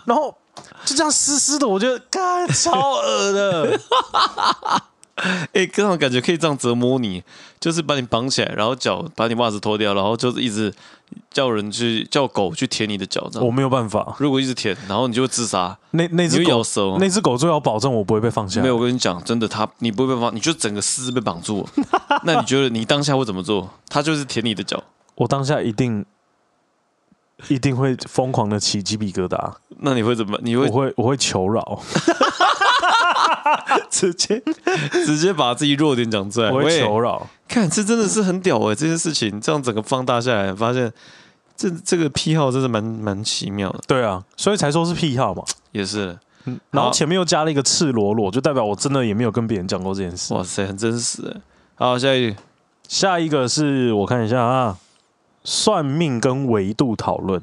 然后就这样湿湿的，我觉得干超 恶的。哎、欸，这种感觉可以这样折磨你，就是把你绑起来，然后脚把你袜子脱掉，然后就是一直叫人去叫狗去舔你的脚，这样。我没有办法，如果一直舔，然后你就会自杀，那那你会只咬狗，舌吗？那只狗最好保证我不会被放下。没有，我跟你讲，真的，它你不会被绑，你就整个四肢被绑 住了。那你觉得你当下会怎么做？它就是舔你的脚，我当下一定一定会疯狂的起鸡皮疙瘩，那你会怎么办？你我会会我会 求饶，直接直接把自己弱点讲出来？我会喂求饶。看，这真的是很屌哎、这件事情这样整个放大下来，发现这这个癖好真的蛮蛮奇妙的，对啊，所以才说是癖好嘛。也是。然好后前面又加了一个赤裸裸，就代表我真的也没有跟别人讲过这件事。哇塞，很真实欸。好，下一个下一个是我看一下啊，算命跟维度讨论。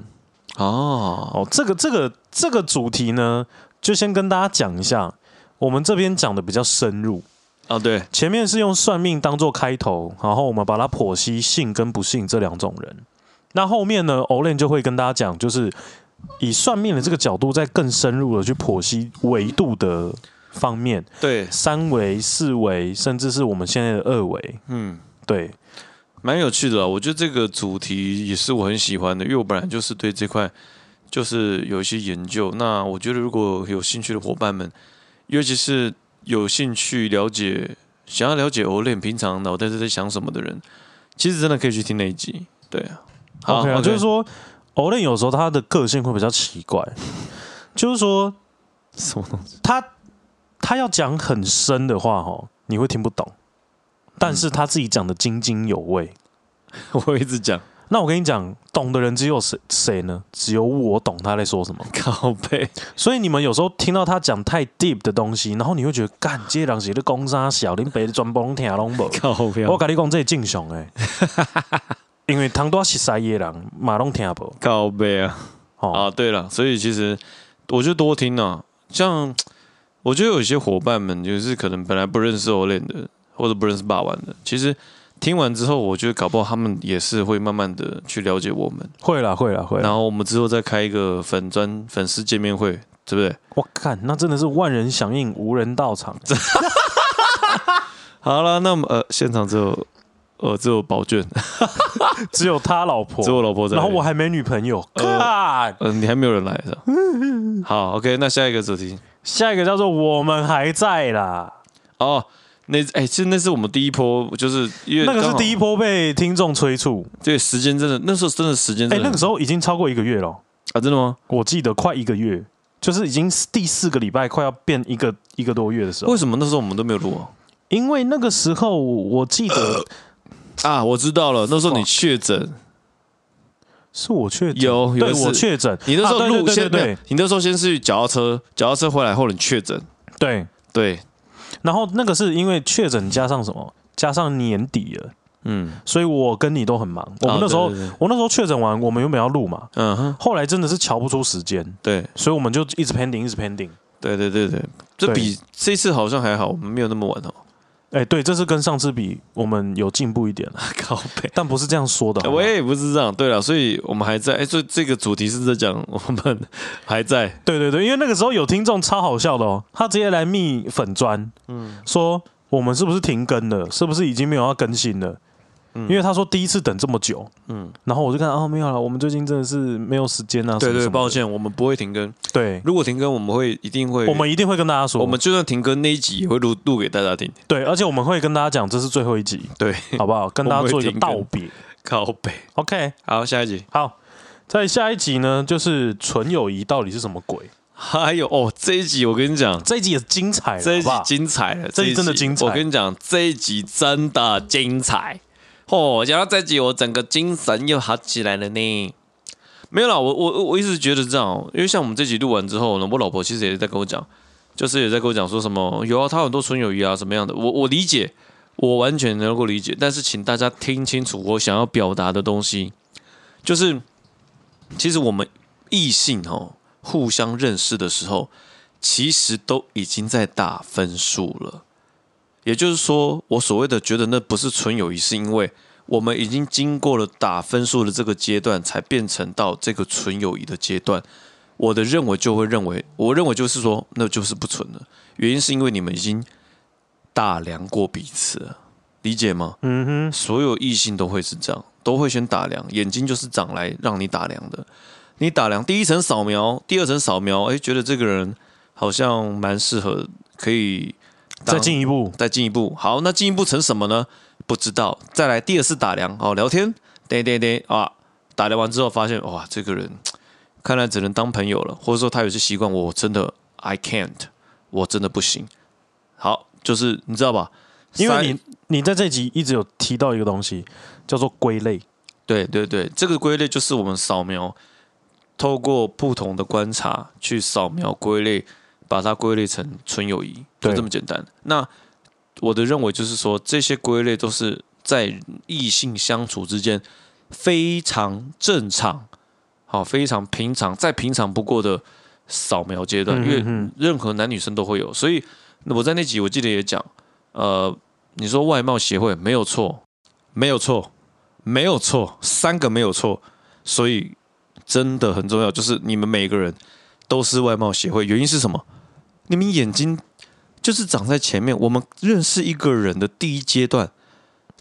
哦，哦，这个这个这个主题呢，就先跟大家讲一下，我们这边讲的比较深入。啊对，前面是用算命当做开头，然后我们把它剖析信跟不信这两种人。那后面呢，Olen 就会跟大家讲，就是以算命的这个角度，再更深入的去剖析维度的方面，对，三维、四维，甚至是我们现在的二维。嗯，对，蛮有趣的啊。我觉得这个主题也是我很喜欢的，因为我本来就是对这块就是有一些研究。那我觉得如果有兴趣的伙伴们，尤其是有兴趣了解、想要了解 Olen 平常脑袋是在想什么的人，其实真的可以去听那一集。对啊，好 OK 啊， OK 就是说 Olen 有时候他的个性会比较奇怪，就是说什么东西？他他要讲很深的话，哦，你会听不懂，但是他自己讲的津津有味。 我会一直讲那我跟你讲，懂的人只有谁谁呢？只有我懂他在说什么。靠 背，。所以你们有时候听到他讲太 deep 的东西，然后你会觉得，干，这人是咧讲啥小林北专崩听拢无靠背，我跟你讲，这是正常 诶，因为唐多是西的人，嘛拢听无。靠背啊。哦，啊，对了，所以其实我就多听啊，像我觉得有些伙伴们就是可能本来不认识 Olen 的，或者不认识霸王的，其实听完之后，我觉得搞不好他们也是会慢慢的去了解我们，会啦，会啦，会然啦。后我们之后再开一个粉专粉丝见面会，对不对？我看那真的是万人响应，无人到场。好了，那么呃，现场只有呃只有宝卷， 只有他老婆只，有我老婆在，哦然后我。还没女朋友。呃看，嗯、你还没有人来 是吧？好，OK，那下一个主题下一个叫做我们还在啦，哦，那哎、其实那是我们第一波，就是因为那个刚是好第一波被听众催促。对，时间真的，那时候真的时间哎、真的那很，个时候已经超过一个月了，啊，真的吗？我记得快一个月，就是已经是第四个礼拜，快要变一个一个多月的时候为。什么那时候我们都没有录啊？因为那个时候我记得啊，我知道了，那时候你确诊，是我确诊，有有对一次我确诊，你那时啊候对录对先，对对没有你那时候先是脚踏车，脚踏车回来后你确诊，对。对，然后那个是因为确诊加上什么，加上年底了，嗯，所以我跟你都很忙。我们啊那时候，对对对我那时候确诊完，我们原本要录嘛，嗯哼，后来真的是瞧不出时间，对，所以我们就一直 pending，一直 pending。对对对对，这对比这次好像还好，我们没有那么晚哦，哎、对，这次跟上次比，我们有进步一点了， 靠背。但不是这样说的。好不 我好也不是这样，对了，所以我们还在，哎、所以这个主题是在讲我们还在，对对对，因为那个时候有听众超好笑的哦，他直接来密粉砖，嗯，说我们是不是停更了，是不是已经没有要更新了？因为他说第一次等这么久，嗯，然后我就看哦没有了，我们最近真的是没有时间啊，对对，什么什么的抱，歉，我们不会停更，对，如果停更，我们会一定会，我们一定会跟大家说，我们就算停更那一集也会录录给大家听，对，而且我们会跟大家讲这是最后一 集，对，好不好？跟大家做一我个们会道停别靠背。 ，OK，好，下一集。好，在下一集呢，就是纯友谊到底是什么鬼？还有哦，这一集我跟你讲，这一集也精彩了，这一集好不好精彩了，这一集真的精彩我跟你讲，这一集真的精彩。哦，讲到这一集，我整个精神又好起来了呢。没有啦，我我我一直觉得这样哦，因为像我们这集录完之后呢，我老婆其实也在跟我讲，就是也在跟我讲说什么有啊，她很多纯友谊啊，什么样的，我我理解，我完全能够理解，但是请大家听清楚我想要表达的东西，就是其实我们异性哦互相认识的时候，其实都已经在打分数了。也就是说，我所谓的觉得那不是纯友谊，是因为我们已经经过了打分数的这个阶段，才变成到这个纯友谊的阶段。我的认为就会认为，我认为就是说，那就是不纯了。原因是因为你们已经打量过彼此了，理解吗？嗯哼，所有异性都会是这样，都会先打量，眼睛就是长来让你打量的。你打量第一层扫描，第二层扫描，哎，觉得这个人好像蛮适合，可以当再进一步，再进一步。好，那进一步成什么呢？不知道。再来第二次打量，哦，聊天，对对对啊，打量完之后发现，哇，这个人看来只能当朋友了，或者说他有些习惯，我真的 I can't，我真的不行。好，就是你知道吧？因塞为你你在这集一直有提到一个东西，叫做归类。对对对，这个归类就是我们扫描，透过不同的观察去扫描归类，把它归类成纯友谊，就对这么简单。那我的认为就是说，这些归类都是在异性相处之间非常正常，好，非常平常，再平常不过的扫描阶段，因为嗯任何男女生都会有。所以我在那集我记得也讲，呃，你说外貌协会没有错，没有错，没有错，三个没有错，所以真的很重要，就是你们每个人都是外貌协会。原因是什么？你们眼睛就是长在前面。我们认识一个人的第一阶段，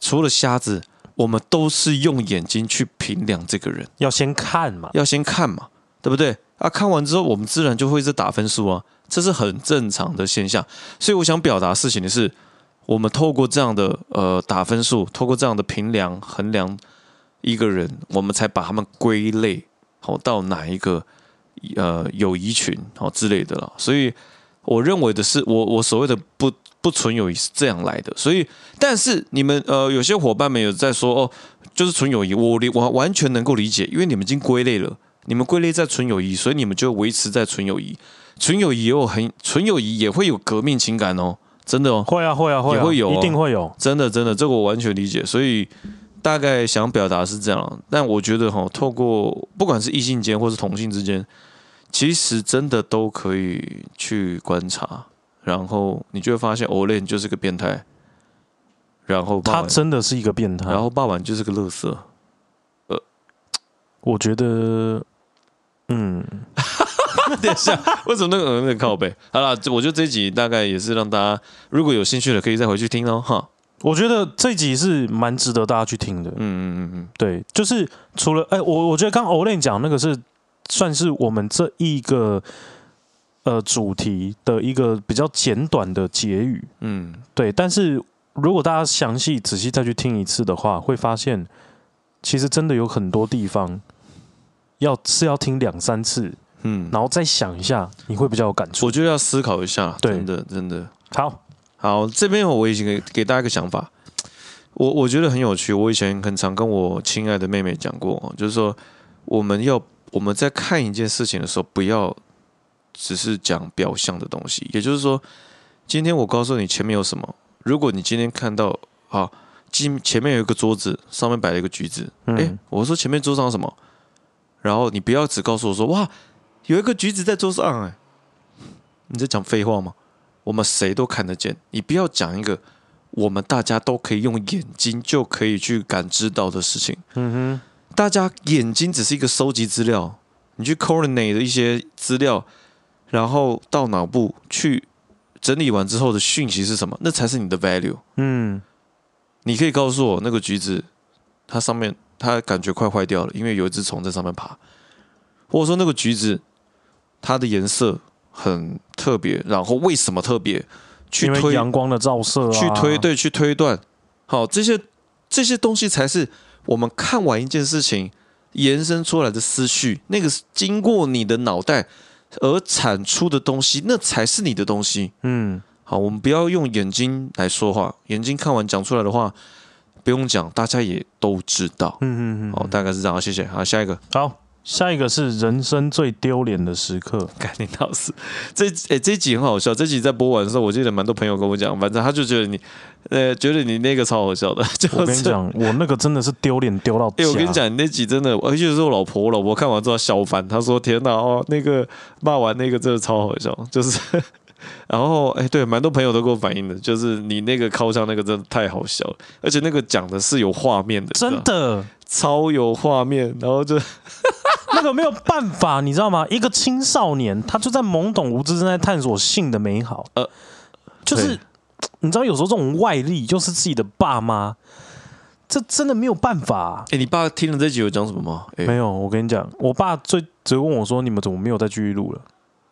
除了瞎子，我们都是用眼睛去评量这个人。啊要先看嘛，要先看嘛，对不对？啊，看完之后我们自然就会一直打分数啊，这是很正常的现象。所以我想表达的事情的是，我们透过这样的呃打分数，透过这样的评量衡量一个人，我们才把他们归类好、到哪一个呃友谊群好、之类的了。所以我认为的是，我我所谓的不不纯友谊是这样来的。所以，但是你们呃有些伙伴们有在说哦，就是纯友谊，我理我完全能够理解，因为你们已经归类了，你们归类在纯友谊，所以你们就维持在纯友谊。纯友谊也有很，纯友谊也会有革命情感哦，真的哦，会啊会啊会啊，也会有哦一定会有。真的真的，这个我完全理解。所以大概想表达是这样，但我觉得哈，透过不管是异性间或是同性之间，其实真的都可以去观察，然后你就会发现 Olen 就是个变态，然后霸他王真的是一个变态然。后霸王就是个乐色。我觉得，嗯，等一下，为什么那个嗯那个靠背？ 好了，这我觉得这一集大概也是让大家如果有兴趣的，可以再回去听哦。哈，我觉得这集是蛮值得大家去听的。嗯嗯嗯对，就是除了哎、我我觉得刚 Olen 讲那个是算是我们这一个呃主题的一个比较简短的结语。嗯嗯，对，但是如果大家详细仔细再去听一次的话，会发现其实真的有很多地方要是要听两三次，嗯，然后再想一下，你会比较有感触我。觉得要思考一下，对真的真的。好，好，这边我已经给给大家一个想法，我我觉得很有趣。我以前很常跟我亲爱的妹妹讲过哦，就是说我们要我们在看一件事情的时候，不要只是讲表象的东西。也就是说，今天我告诉你前面有什么，如果你今天看到啊，今前面有一个桌子，上面摆了一个橘子，嗯，诶，我说前面桌上有什么？然后你不要只告诉我说哇，有一个橘子在桌上、诶，你在讲废话吗？我们谁都看得见，你不要讲一个我们大家都可以用眼睛就可以去感知到的事情。嗯大家眼睛只是一个收集资料，你去 coordinate 的一些资料，然后到脑部去整理完之后的讯息是什么，那才是你的 value。哼，嗯，你可以告诉我那个橘子，它上面它感觉快坏掉了，因为有一只虫在上面爬，或者说那个橘子它的颜色很特别，然后为什么特别？去因为推阳光的照射、啊，去推，对，去推断。好，这些这些东西才是我们看完一件事情延伸出来的思绪，那个是经过你的脑袋而产出的东西，那才是你的东西。嗯，好，我们不要用眼睛来说话，眼睛看完讲出来的话，不用讲，大家也都知道。嗯嗯嗯，好，大概是这样，好谢谢。好，下一个，好，下一个是人生最丢脸的时刻。赶紧老师，这诶、这一集很好笑，这集在播完的时候，我记得蛮多朋友跟我讲，反正他就觉得你，呃，觉得你那个超好笑的， 就是我跟你讲，我那个真的是丢脸丢到。哎、我跟你，讲，你那集真的，而且是我老婆，我老婆看完之后笑翻，她说：“天哪，哦，那个骂完那个真的超好笑。”就是， 然后哎、对，蛮多朋友都给我反映的，就是你那个靠上那个真的太好笑了，而且那个讲的是有画面的，哎你知真道的超有画面，然后就那个没有办法，你知道吗？一个青少年，他就在懵懂无知，正在探索性的美好。呃呃，就是对你知道，有时候这种外力就是自己的爸妈，这真的没有办法、啊哎、你爸听了这集有讲什么吗？哎、没有，我跟你讲，我爸最只问我说：“你们怎么没有再继续录了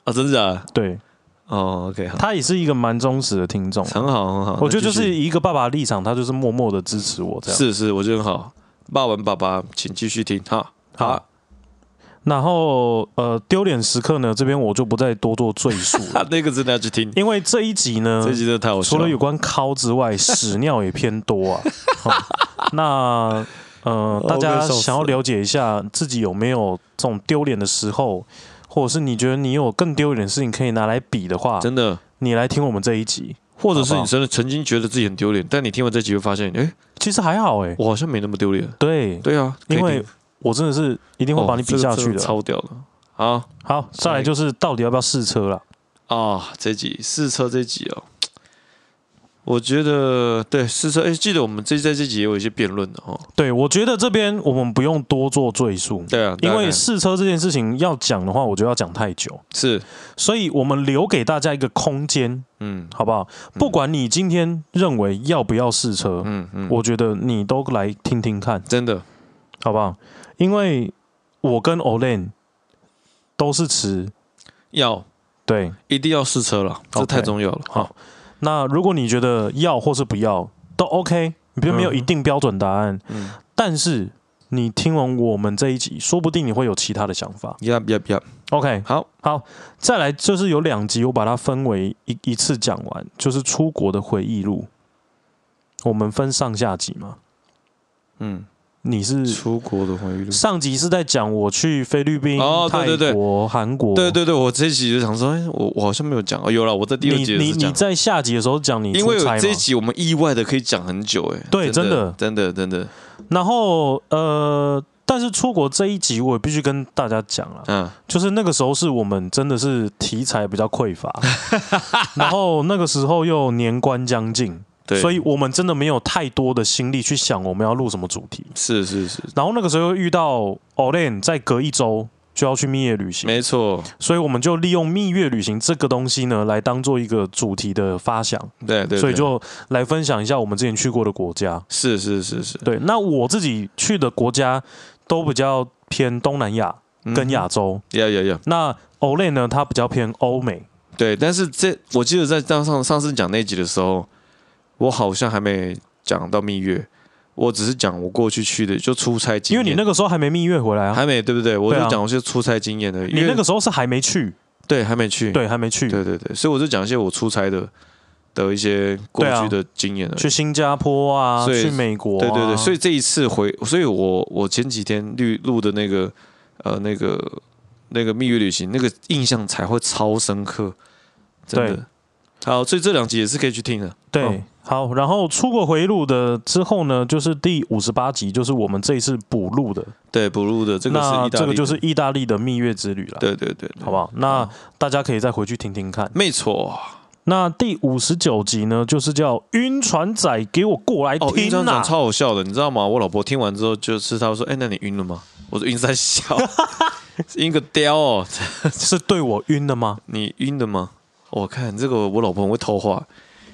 啊，真的啊，？”对哦，OK，好，他也是一个蛮忠实的听众，很好，很好，我觉得那就继续是一个爸爸的立场，他就是默默的支持我这样。是是，我觉得很好。骂完爸爸，请继续听哈。好好，然后呃，丢脸时刻呢，这边我就不再多做赘述啊 了，那个真的要去听，因为这一集呢，这集真的太好笑嗯除了。了有关尻之外，屎尿也偏多啊。 哦那呃，大哦我家被笑死想要了解一下自己有没有这种丢脸的时候，或者是你觉得你有更丢脸的事情可以拿来比的话，真的，你来听我们这一集。或者是好不好你真的曾经觉得自己很丢脸，但你听完这集会发现，哎，其实还好哎、我好像没那么丢脸。对，对啊，因可以为听我真的是一定会把你比下哦这去个真的。超哎屌的。好好，再来就是到底要不要试车了？啊，这集试车这集哦，我觉得对试车，哎，记得我们这在这集也有一些辩论的哦。对，我觉得这边我们不用多做赘述，对啊，因大概为试车这件事情要讲的话，我觉得要讲太久，是所以我们留给大家一个空间，嗯好不好？不管你今天认为要不要试车，嗯嗯，我觉得你都来听听看，真的好不好？因为我跟 Olen 都是持要对。一定要试车了，这 OK 太重要了。好好，那如果你觉得要或是不要都 OK，你并没有嗯一定标准答案，嗯但是你听完我们这一集，说不定你会有其他的想法。 ，Yup Yup Yup， OK，好，好，再来就是有两集，我把它分为一一次讲完，就是出国的回忆录，我们分上下集嘛。嗯，你是出国的回忆录。上集是在讲我去菲律宾、哦对对对泰国、韩国，对对对，我这一集就想说，哎，我我好像没有讲，哦，有了，我在第二集你也你是讲你，在下集的时候讲你因为出差有嘛这一集我们意外的可以讲很久，哎，对真的真的，然后呃，但是出国这一集我也必须跟大家讲了，嗯，就是那个时候是我们真的是题材比较 匮乏，然后那个时候又年关将近，对，所以我们真的没有太多的心力去想我们要录什么主题。是是是，然后那个时候又遇到 Olen，再隔一周就要去蜜月旅行，没错，所以我们就利用蜜月旅行这个东西呢，来当做一个主题的发想，对对，所以对就来分享一下我们之前去过的国家。是是是是，对，那我自己去的国家都比较偏东南亚嗯跟亚洲。要要要，那 Olay 呢，它比较偏欧嗯美。对，但是这我记得在当上上次讲那集的时候，我好像还没讲到蜜月，我只是讲我过去去的就出差经因为验，你那个时候还没蜜月回来啊，还没对不对？我对啊就讲我是出差经验的，因你为那个时候是还没去，对还没去，对，还没去，对对对，所以我就讲一些我出差的的一些过对啊去的经验而已去新加坡啊，所以去美国、啊，对对对，所以以这一次回，所以我我前几天录录的那个呃那个那个蜜月旅行，那个印象才会超深刻，真对的。好，所以这两集也是可以去听的。对。哦好，然后出国回路的之后呢，就是第五十八集，就是我们这一次补录的。对，补录的这个是那意大利的，这个就是意大利的蜜月之旅了，，对嗯对对，对好不好？那好大家可以再回去听听看。没错。那第五十九集呢，就是叫《晕船仔给我过来哦，晕听船啊长》超好笑的，你知道吗？我老婆听完之后就是她说：“哎，那你晕了吗？” 我说：“晕在笑，晕个雕哦， 是对我晕的吗？你晕了吗？”我看这个我老婆很会偷话，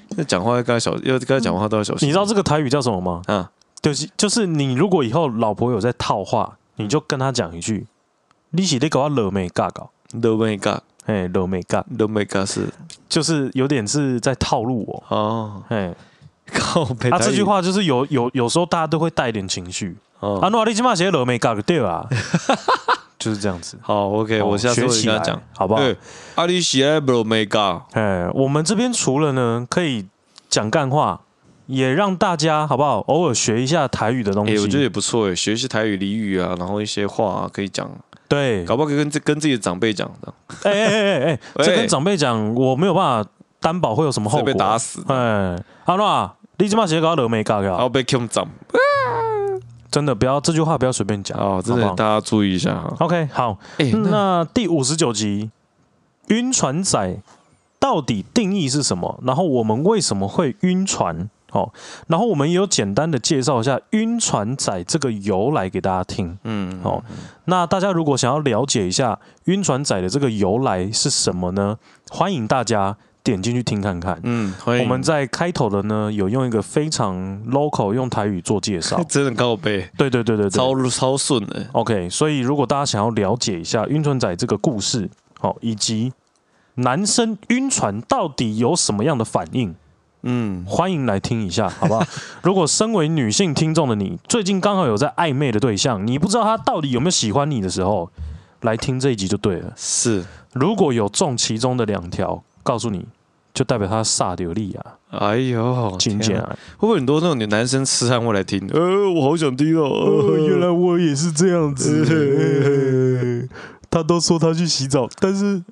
那讲话要跟她小，要跟她讲话都要小心。你知道这个台语叫什么吗？啊？就是就是你如果以后老婆有在套话，你就跟她讲一句：“你是在搞我惹没尬搞，都没干，哎，惹没尬，都没干是就是有点是在套路我。”哦，哎， 靠北啊，哎台语这句话就是有有有时候大家都会带点情绪哦，啊，诺你起码写惹没尬 对啊，就是这样子。好 OK，我下次哦会跟学起他来讲，好不好？对，阿里喜爱都没干，哎，我们这边除了呢可以讲干话，也让大家好不好偶尔学一下台语的东西。哎，我觉得也不错哎，学习台语俚语啊，然后一些话啊可以讲，对，搞不好可以跟这跟自己的长辈讲的， 哎哎哎哎，哎 喂这跟长辈讲，我没有办法担保会有什么后会果。被打死，哎，阿诺，你这把写搞惹没搞然后搞，被 Kim 长，真的不要这句话不要随便讲哦，真的好不大家注意一下哈。好 OK，好，哎，那那第五十九集《晕船仔》到底定义是什么？然后我们为什么会晕船？哦，然后我们也有简单的介绍一下“晕船仔”这个由来给大家听。嗯，哦，那大家如果想要了解一下晕船仔的这个由来是什么呢？欢迎大家点进去听看看。嗯，欢迎。我们在开头的呢，有用一个非常 local 用台语做介绍 真的靠背，对对对对对超超顺的， ，OK。所以如果大家想要了解一下晕船仔这个故事，好、以及男生晕船到底有什么样的反应，嗯，欢迎来听一 下，好不好？如果身为女性听众的你，最近刚好有在暧昧的对象，你不知道他到底有没有喜欢你的时候，来听这一集就对了。是，如果有中其中的两条，告诉你，就代表他萨流利亚哎呦，金天姐啊，会不会很多那种男生痴汉会来听？呃，我好想听哦，呃我也是这样子。 他都说他去洗澡，但是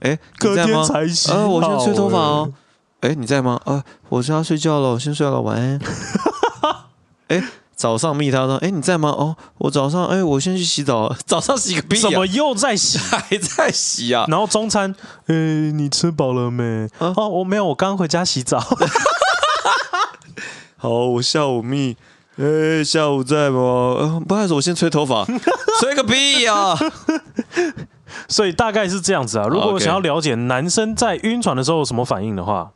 哎，你在吗？才洗啊，我现在吹头发哦。哎、你在吗？啊，我是要睡觉了，我先睡了，晚 安。哎、早上密他说，哎、你在吗？哦，我早上，哎、我先去洗澡， 早上洗个屁、啊，怎么又在洗？还在洗啊？然后中餐，呃、你吃饱了没？啊哦，我没有，我刚回家洗澡。 好，我下午密，哎、下午在吗？呃不好意思，我先吹头发， 吹个屁呀、 啊！所以大概是这样子啊。如果 OK 想要了解男生在晕船的时候有什么反应的话，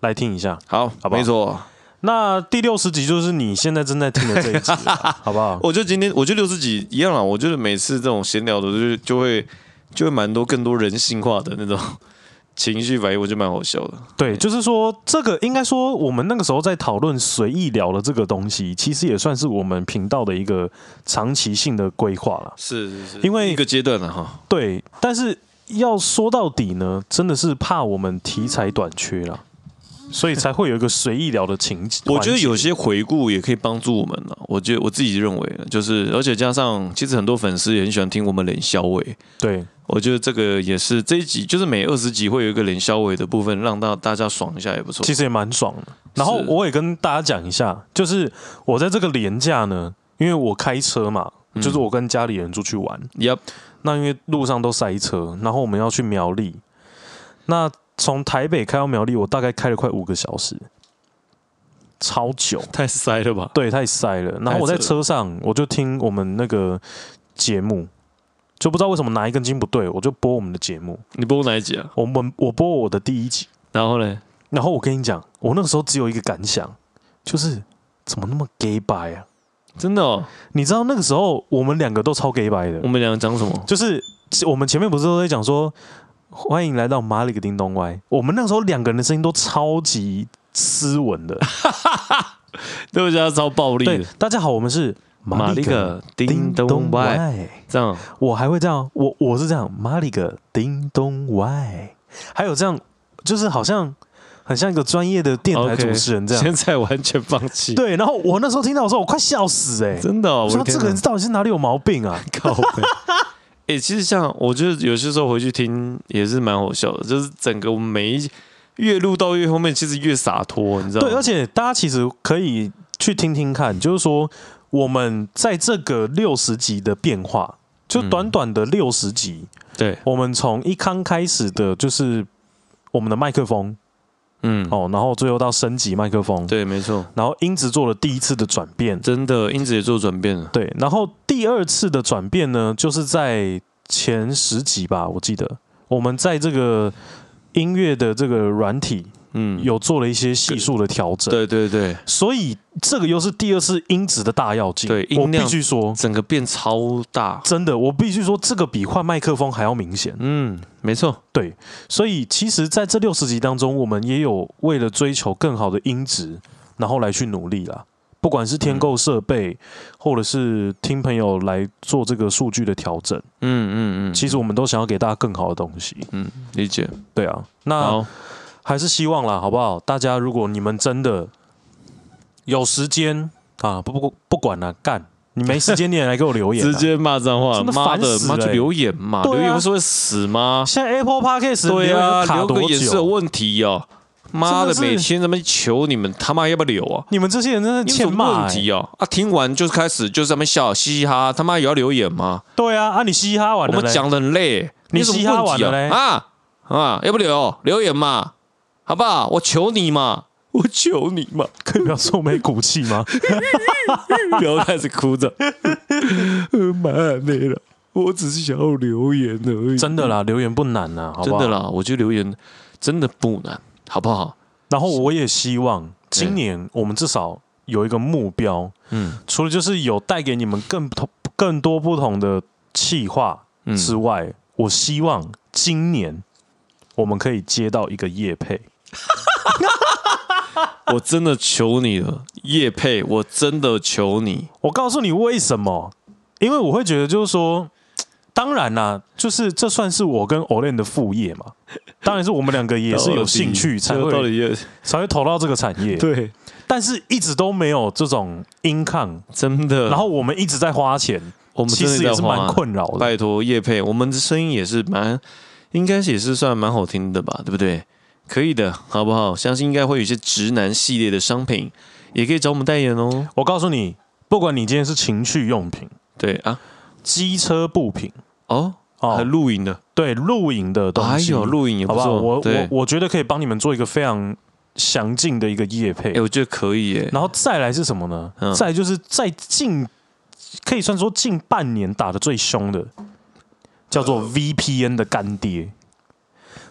来听一下。好，好不好没错，那第六十集就是你现在正在听的这一集 了，好不好？我觉得今天，我觉得六十几一样啦。我觉得每次这种闲聊的，就是就会就会蛮多更多人性化的那种 情绪反应，我觉得蛮好笑的。对，就是说这个应该说我们那个时候在讨论随意聊的这个东西，其实也算是我们频道的一个长期性的规划了。是是是因为一个阶段了啊哈。对，但是要说到底呢，真的是怕我们题材短缺了，所以才会有一个随意聊的情节。我觉得有环节些回顾也可以帮助我们呢。我觉得我自己认为，啊就是而且加上，其实很多粉丝也很喜欢听我们冷笑味。对我觉得这个也是这一集，就是每二十集会有一个冷笑味的部分，让大大家爽一下也不错。其实也蛮爽的。然后我也跟大家讲一下，就是我在这个廉假呢，因为我开车嘛，嗯就是我跟家里人出去玩， Yep，那因为路上都塞车，然后我们要去苗栗，那从台北开到苗栗，我大概开了快五个小时，超久。太塞了吧？对，太塞了。然后我在太扯车上，我就听我们那个节目，就不知道为什么哪一根筋不对，我就播我们的节目。你播哪一集啊？我们我播我的第一集，然后呢？然后我跟你讲，我那个时候只有一个感想，就是怎么那么 gay 白啊？真的、哦，你知道那个时候我们两个都超 gay 白的我，们两个讲什么？就是我们前面不是都在讲说，欢迎来到马里个叮咚歪，我们那个时候两个人的声音都超级斯文 的，对不起，他超暴力对的。，大家好，我们是马里个叮咚外，歪。这样我还会这样，我我是这样，马里个叮咚外，还有这样，就是好像很像一个专业的电台哦 OK，主持人这样。现在完全放弃。，对，然后我那时候听到的时候，我快笑死哎、欸！真的、哦，我我的说天这哪个人到底是哪里有毛病啊？ 靠背。哎、其实像我觉得有些时候回去听也是蛮好笑的，就是整个我们每一越录到越后面，其实越洒脱，你知道吗？对，而且大家其实可以去听听看，就是说我们在这个六十集的变化，就嗯短短的六十集，对，我们从一刚开始的就是我们的麦克风嗯，哦，然后最后到升级麦克风，对，没错，然后音质做了第一次的转变，真的音质也做转变了。对，然后第二次的转变呢，就是在前十集吧，我记得我们在这个音乐的这个软体嗯，有做了一些系数的调整，对对对，所以这个又是第二次音质的大要进。对音我必量须说，整个变超大。真的，我必须说，这个比换麦克风还要明显。嗯，没错，对，所以其实在这六十集当中，我们也有为了追求更好的音质，然后来去努力啦。不管是嗯添购设备，或者是听朋友来做这个数据的调整，嗯嗯嗯，其实我们都想要给大家更好的东西。嗯理解。对啊，那好，还是希望啦，好不好？大家如果你们真的有时间啊，不不不管了、干你没时间你也来给我 留言、啊。直接骂脏话，真的妈烦的，死妈了就欸留言嘛，对啊留言不是会死吗？现在 Apple Podcast 对啊，留言卡留多个也是有久？问题哦。妈真的的，是每天他们求你们他妈要不要留啊？你们这些人真的你有欠什么骂、问欸。题哦啊！听完就开始就是他们笑嘻嘻哈哈，他妈也要留言吗？对啊，啊，你嘻哈我完了嘞，们讲的很累，你有什么嘻哈问题完了嘞啊啊啊！要不留留言嘛，好不好？我求你 嘛，我求你嘛，可以不要说没骨气吗？然后开始哭着，呃妈累了，我只是想要留言而已， 真的啦，留言不难呐、好不真好？的。啦，我觉得留言真的不难，好不好？然后我也希望今年我们至少有一个目标，嗯除了就是有带给你们更不同、更多不同的企划嗯，之外，我希望今年我们可以接到一个业配。我真的求你了，叶佩，我真的求你，我告诉你为什么？因为我会觉得就是说，当然啦、就是这算是我跟 Olen 的副业嘛，当然是我们两个也是啊有兴趣 才到会底叶才会投到这个产业。对，但是一直都没有这种 income，、真的。然后我们一直在花钱，嗯我们其真的实也是在花蛮困扰的。拜托叶佩，我们的声音也是蛮，应该是也是算蛮好听的吧，对不对？可以的，好不好？相信应该会有一些直男系列的商品，也可以找我们代言哦。我告诉你，不管你今天是情趣用品、对啊，机车部品哦，还哦，露营的，对露营的东还西，有露营也好不不好？错。我对我，我觉得可以帮你们做一个非常详尽的一个业配。哎、我觉得可以耶。然后再来是什么呢？嗯再来就是在近可以算说近半年打的最凶的，叫做 VPN 的干爹。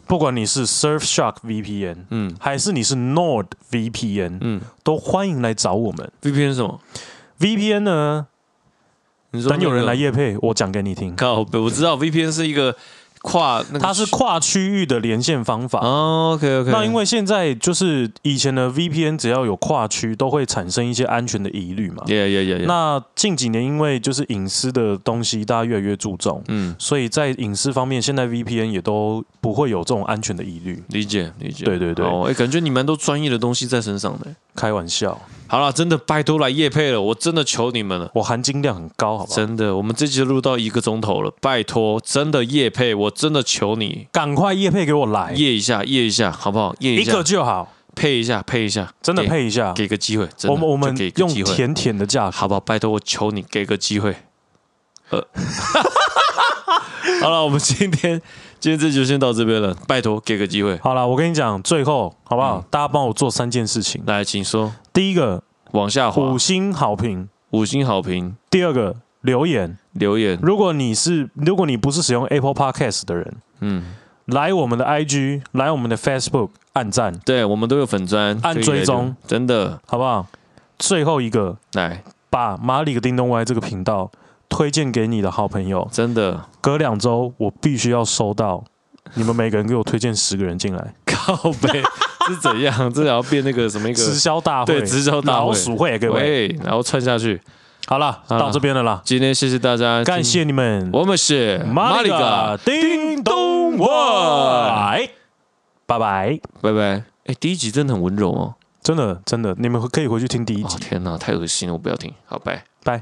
不管你是 Surfshark VPN，嗯还是你是 Nord VPN，嗯都欢迎来找我们。 ，VPN 是什么？ VPN 呢，你说等有人那来个夜配，我讲给你听。靠北，我知道 VPN 是一个跨那个，它是跨区域的连线方法。哦，OK OK。那因为现在就是以前的 VPN 只要有跨区，都会产生一些安全的疑虑嘛。 Yeah Yeah Yeah，, 那近几年因为就是隐私的东西，大家越来越注重，嗯，所以在隐私方面，现在 VPN 也都不会有这种安全的疑虑。理解理解。对对对哦，哎、感觉你蛮多专业的东西在身上的。开玩笑，好了，真的拜托来夜配了，我真的求你们了。我含金量很高，好不好？真的，我们这集录到一个钟头了，拜托，真的夜配，我真的求你赶快夜配给我来，夜一下，夜一下，好不好？夜哎一一下个，就好，配一下，配一下，真的给，配一下。给个机会，真的我们我们就给个用机会，甜甜的价格，好不好？拜托，我求你给个机会。呃，好了，我们今天今天这集就先到这边了，拜托给个机会，好了，我跟你讲，最后好不嗯好？大家帮我做三件事情：来，请说，第一个，往下滑五，星好评；五星好评，第二个，留言。留言，如果你是如果你不是使用 Apple Podcast 的人，嗯，来我们的 IG，来我们的 Facebook 按赞，对我们都有粉砖，按可以来追踪留，真的，好不好？最后一个，来，把马里个叮咚歪这个频道推荐给你的好朋友。真的。隔两周我必须要收到你们每个人给我推荐十个人进来， 靠 背是怎样？这也要变那个什么一个直销大会，对直销大会老鼠会，各位。喂，然后串下去。好了，啊到这边了啦，今天谢谢大家，感谢你们今，我们是马里嘎个，叮咚歪，拜拜。拜拜。哎，第一集真的很温柔哦。真的真的，你们可以回去听第一集哦。天哪，太恶心了，我不要听。好，拜。拜。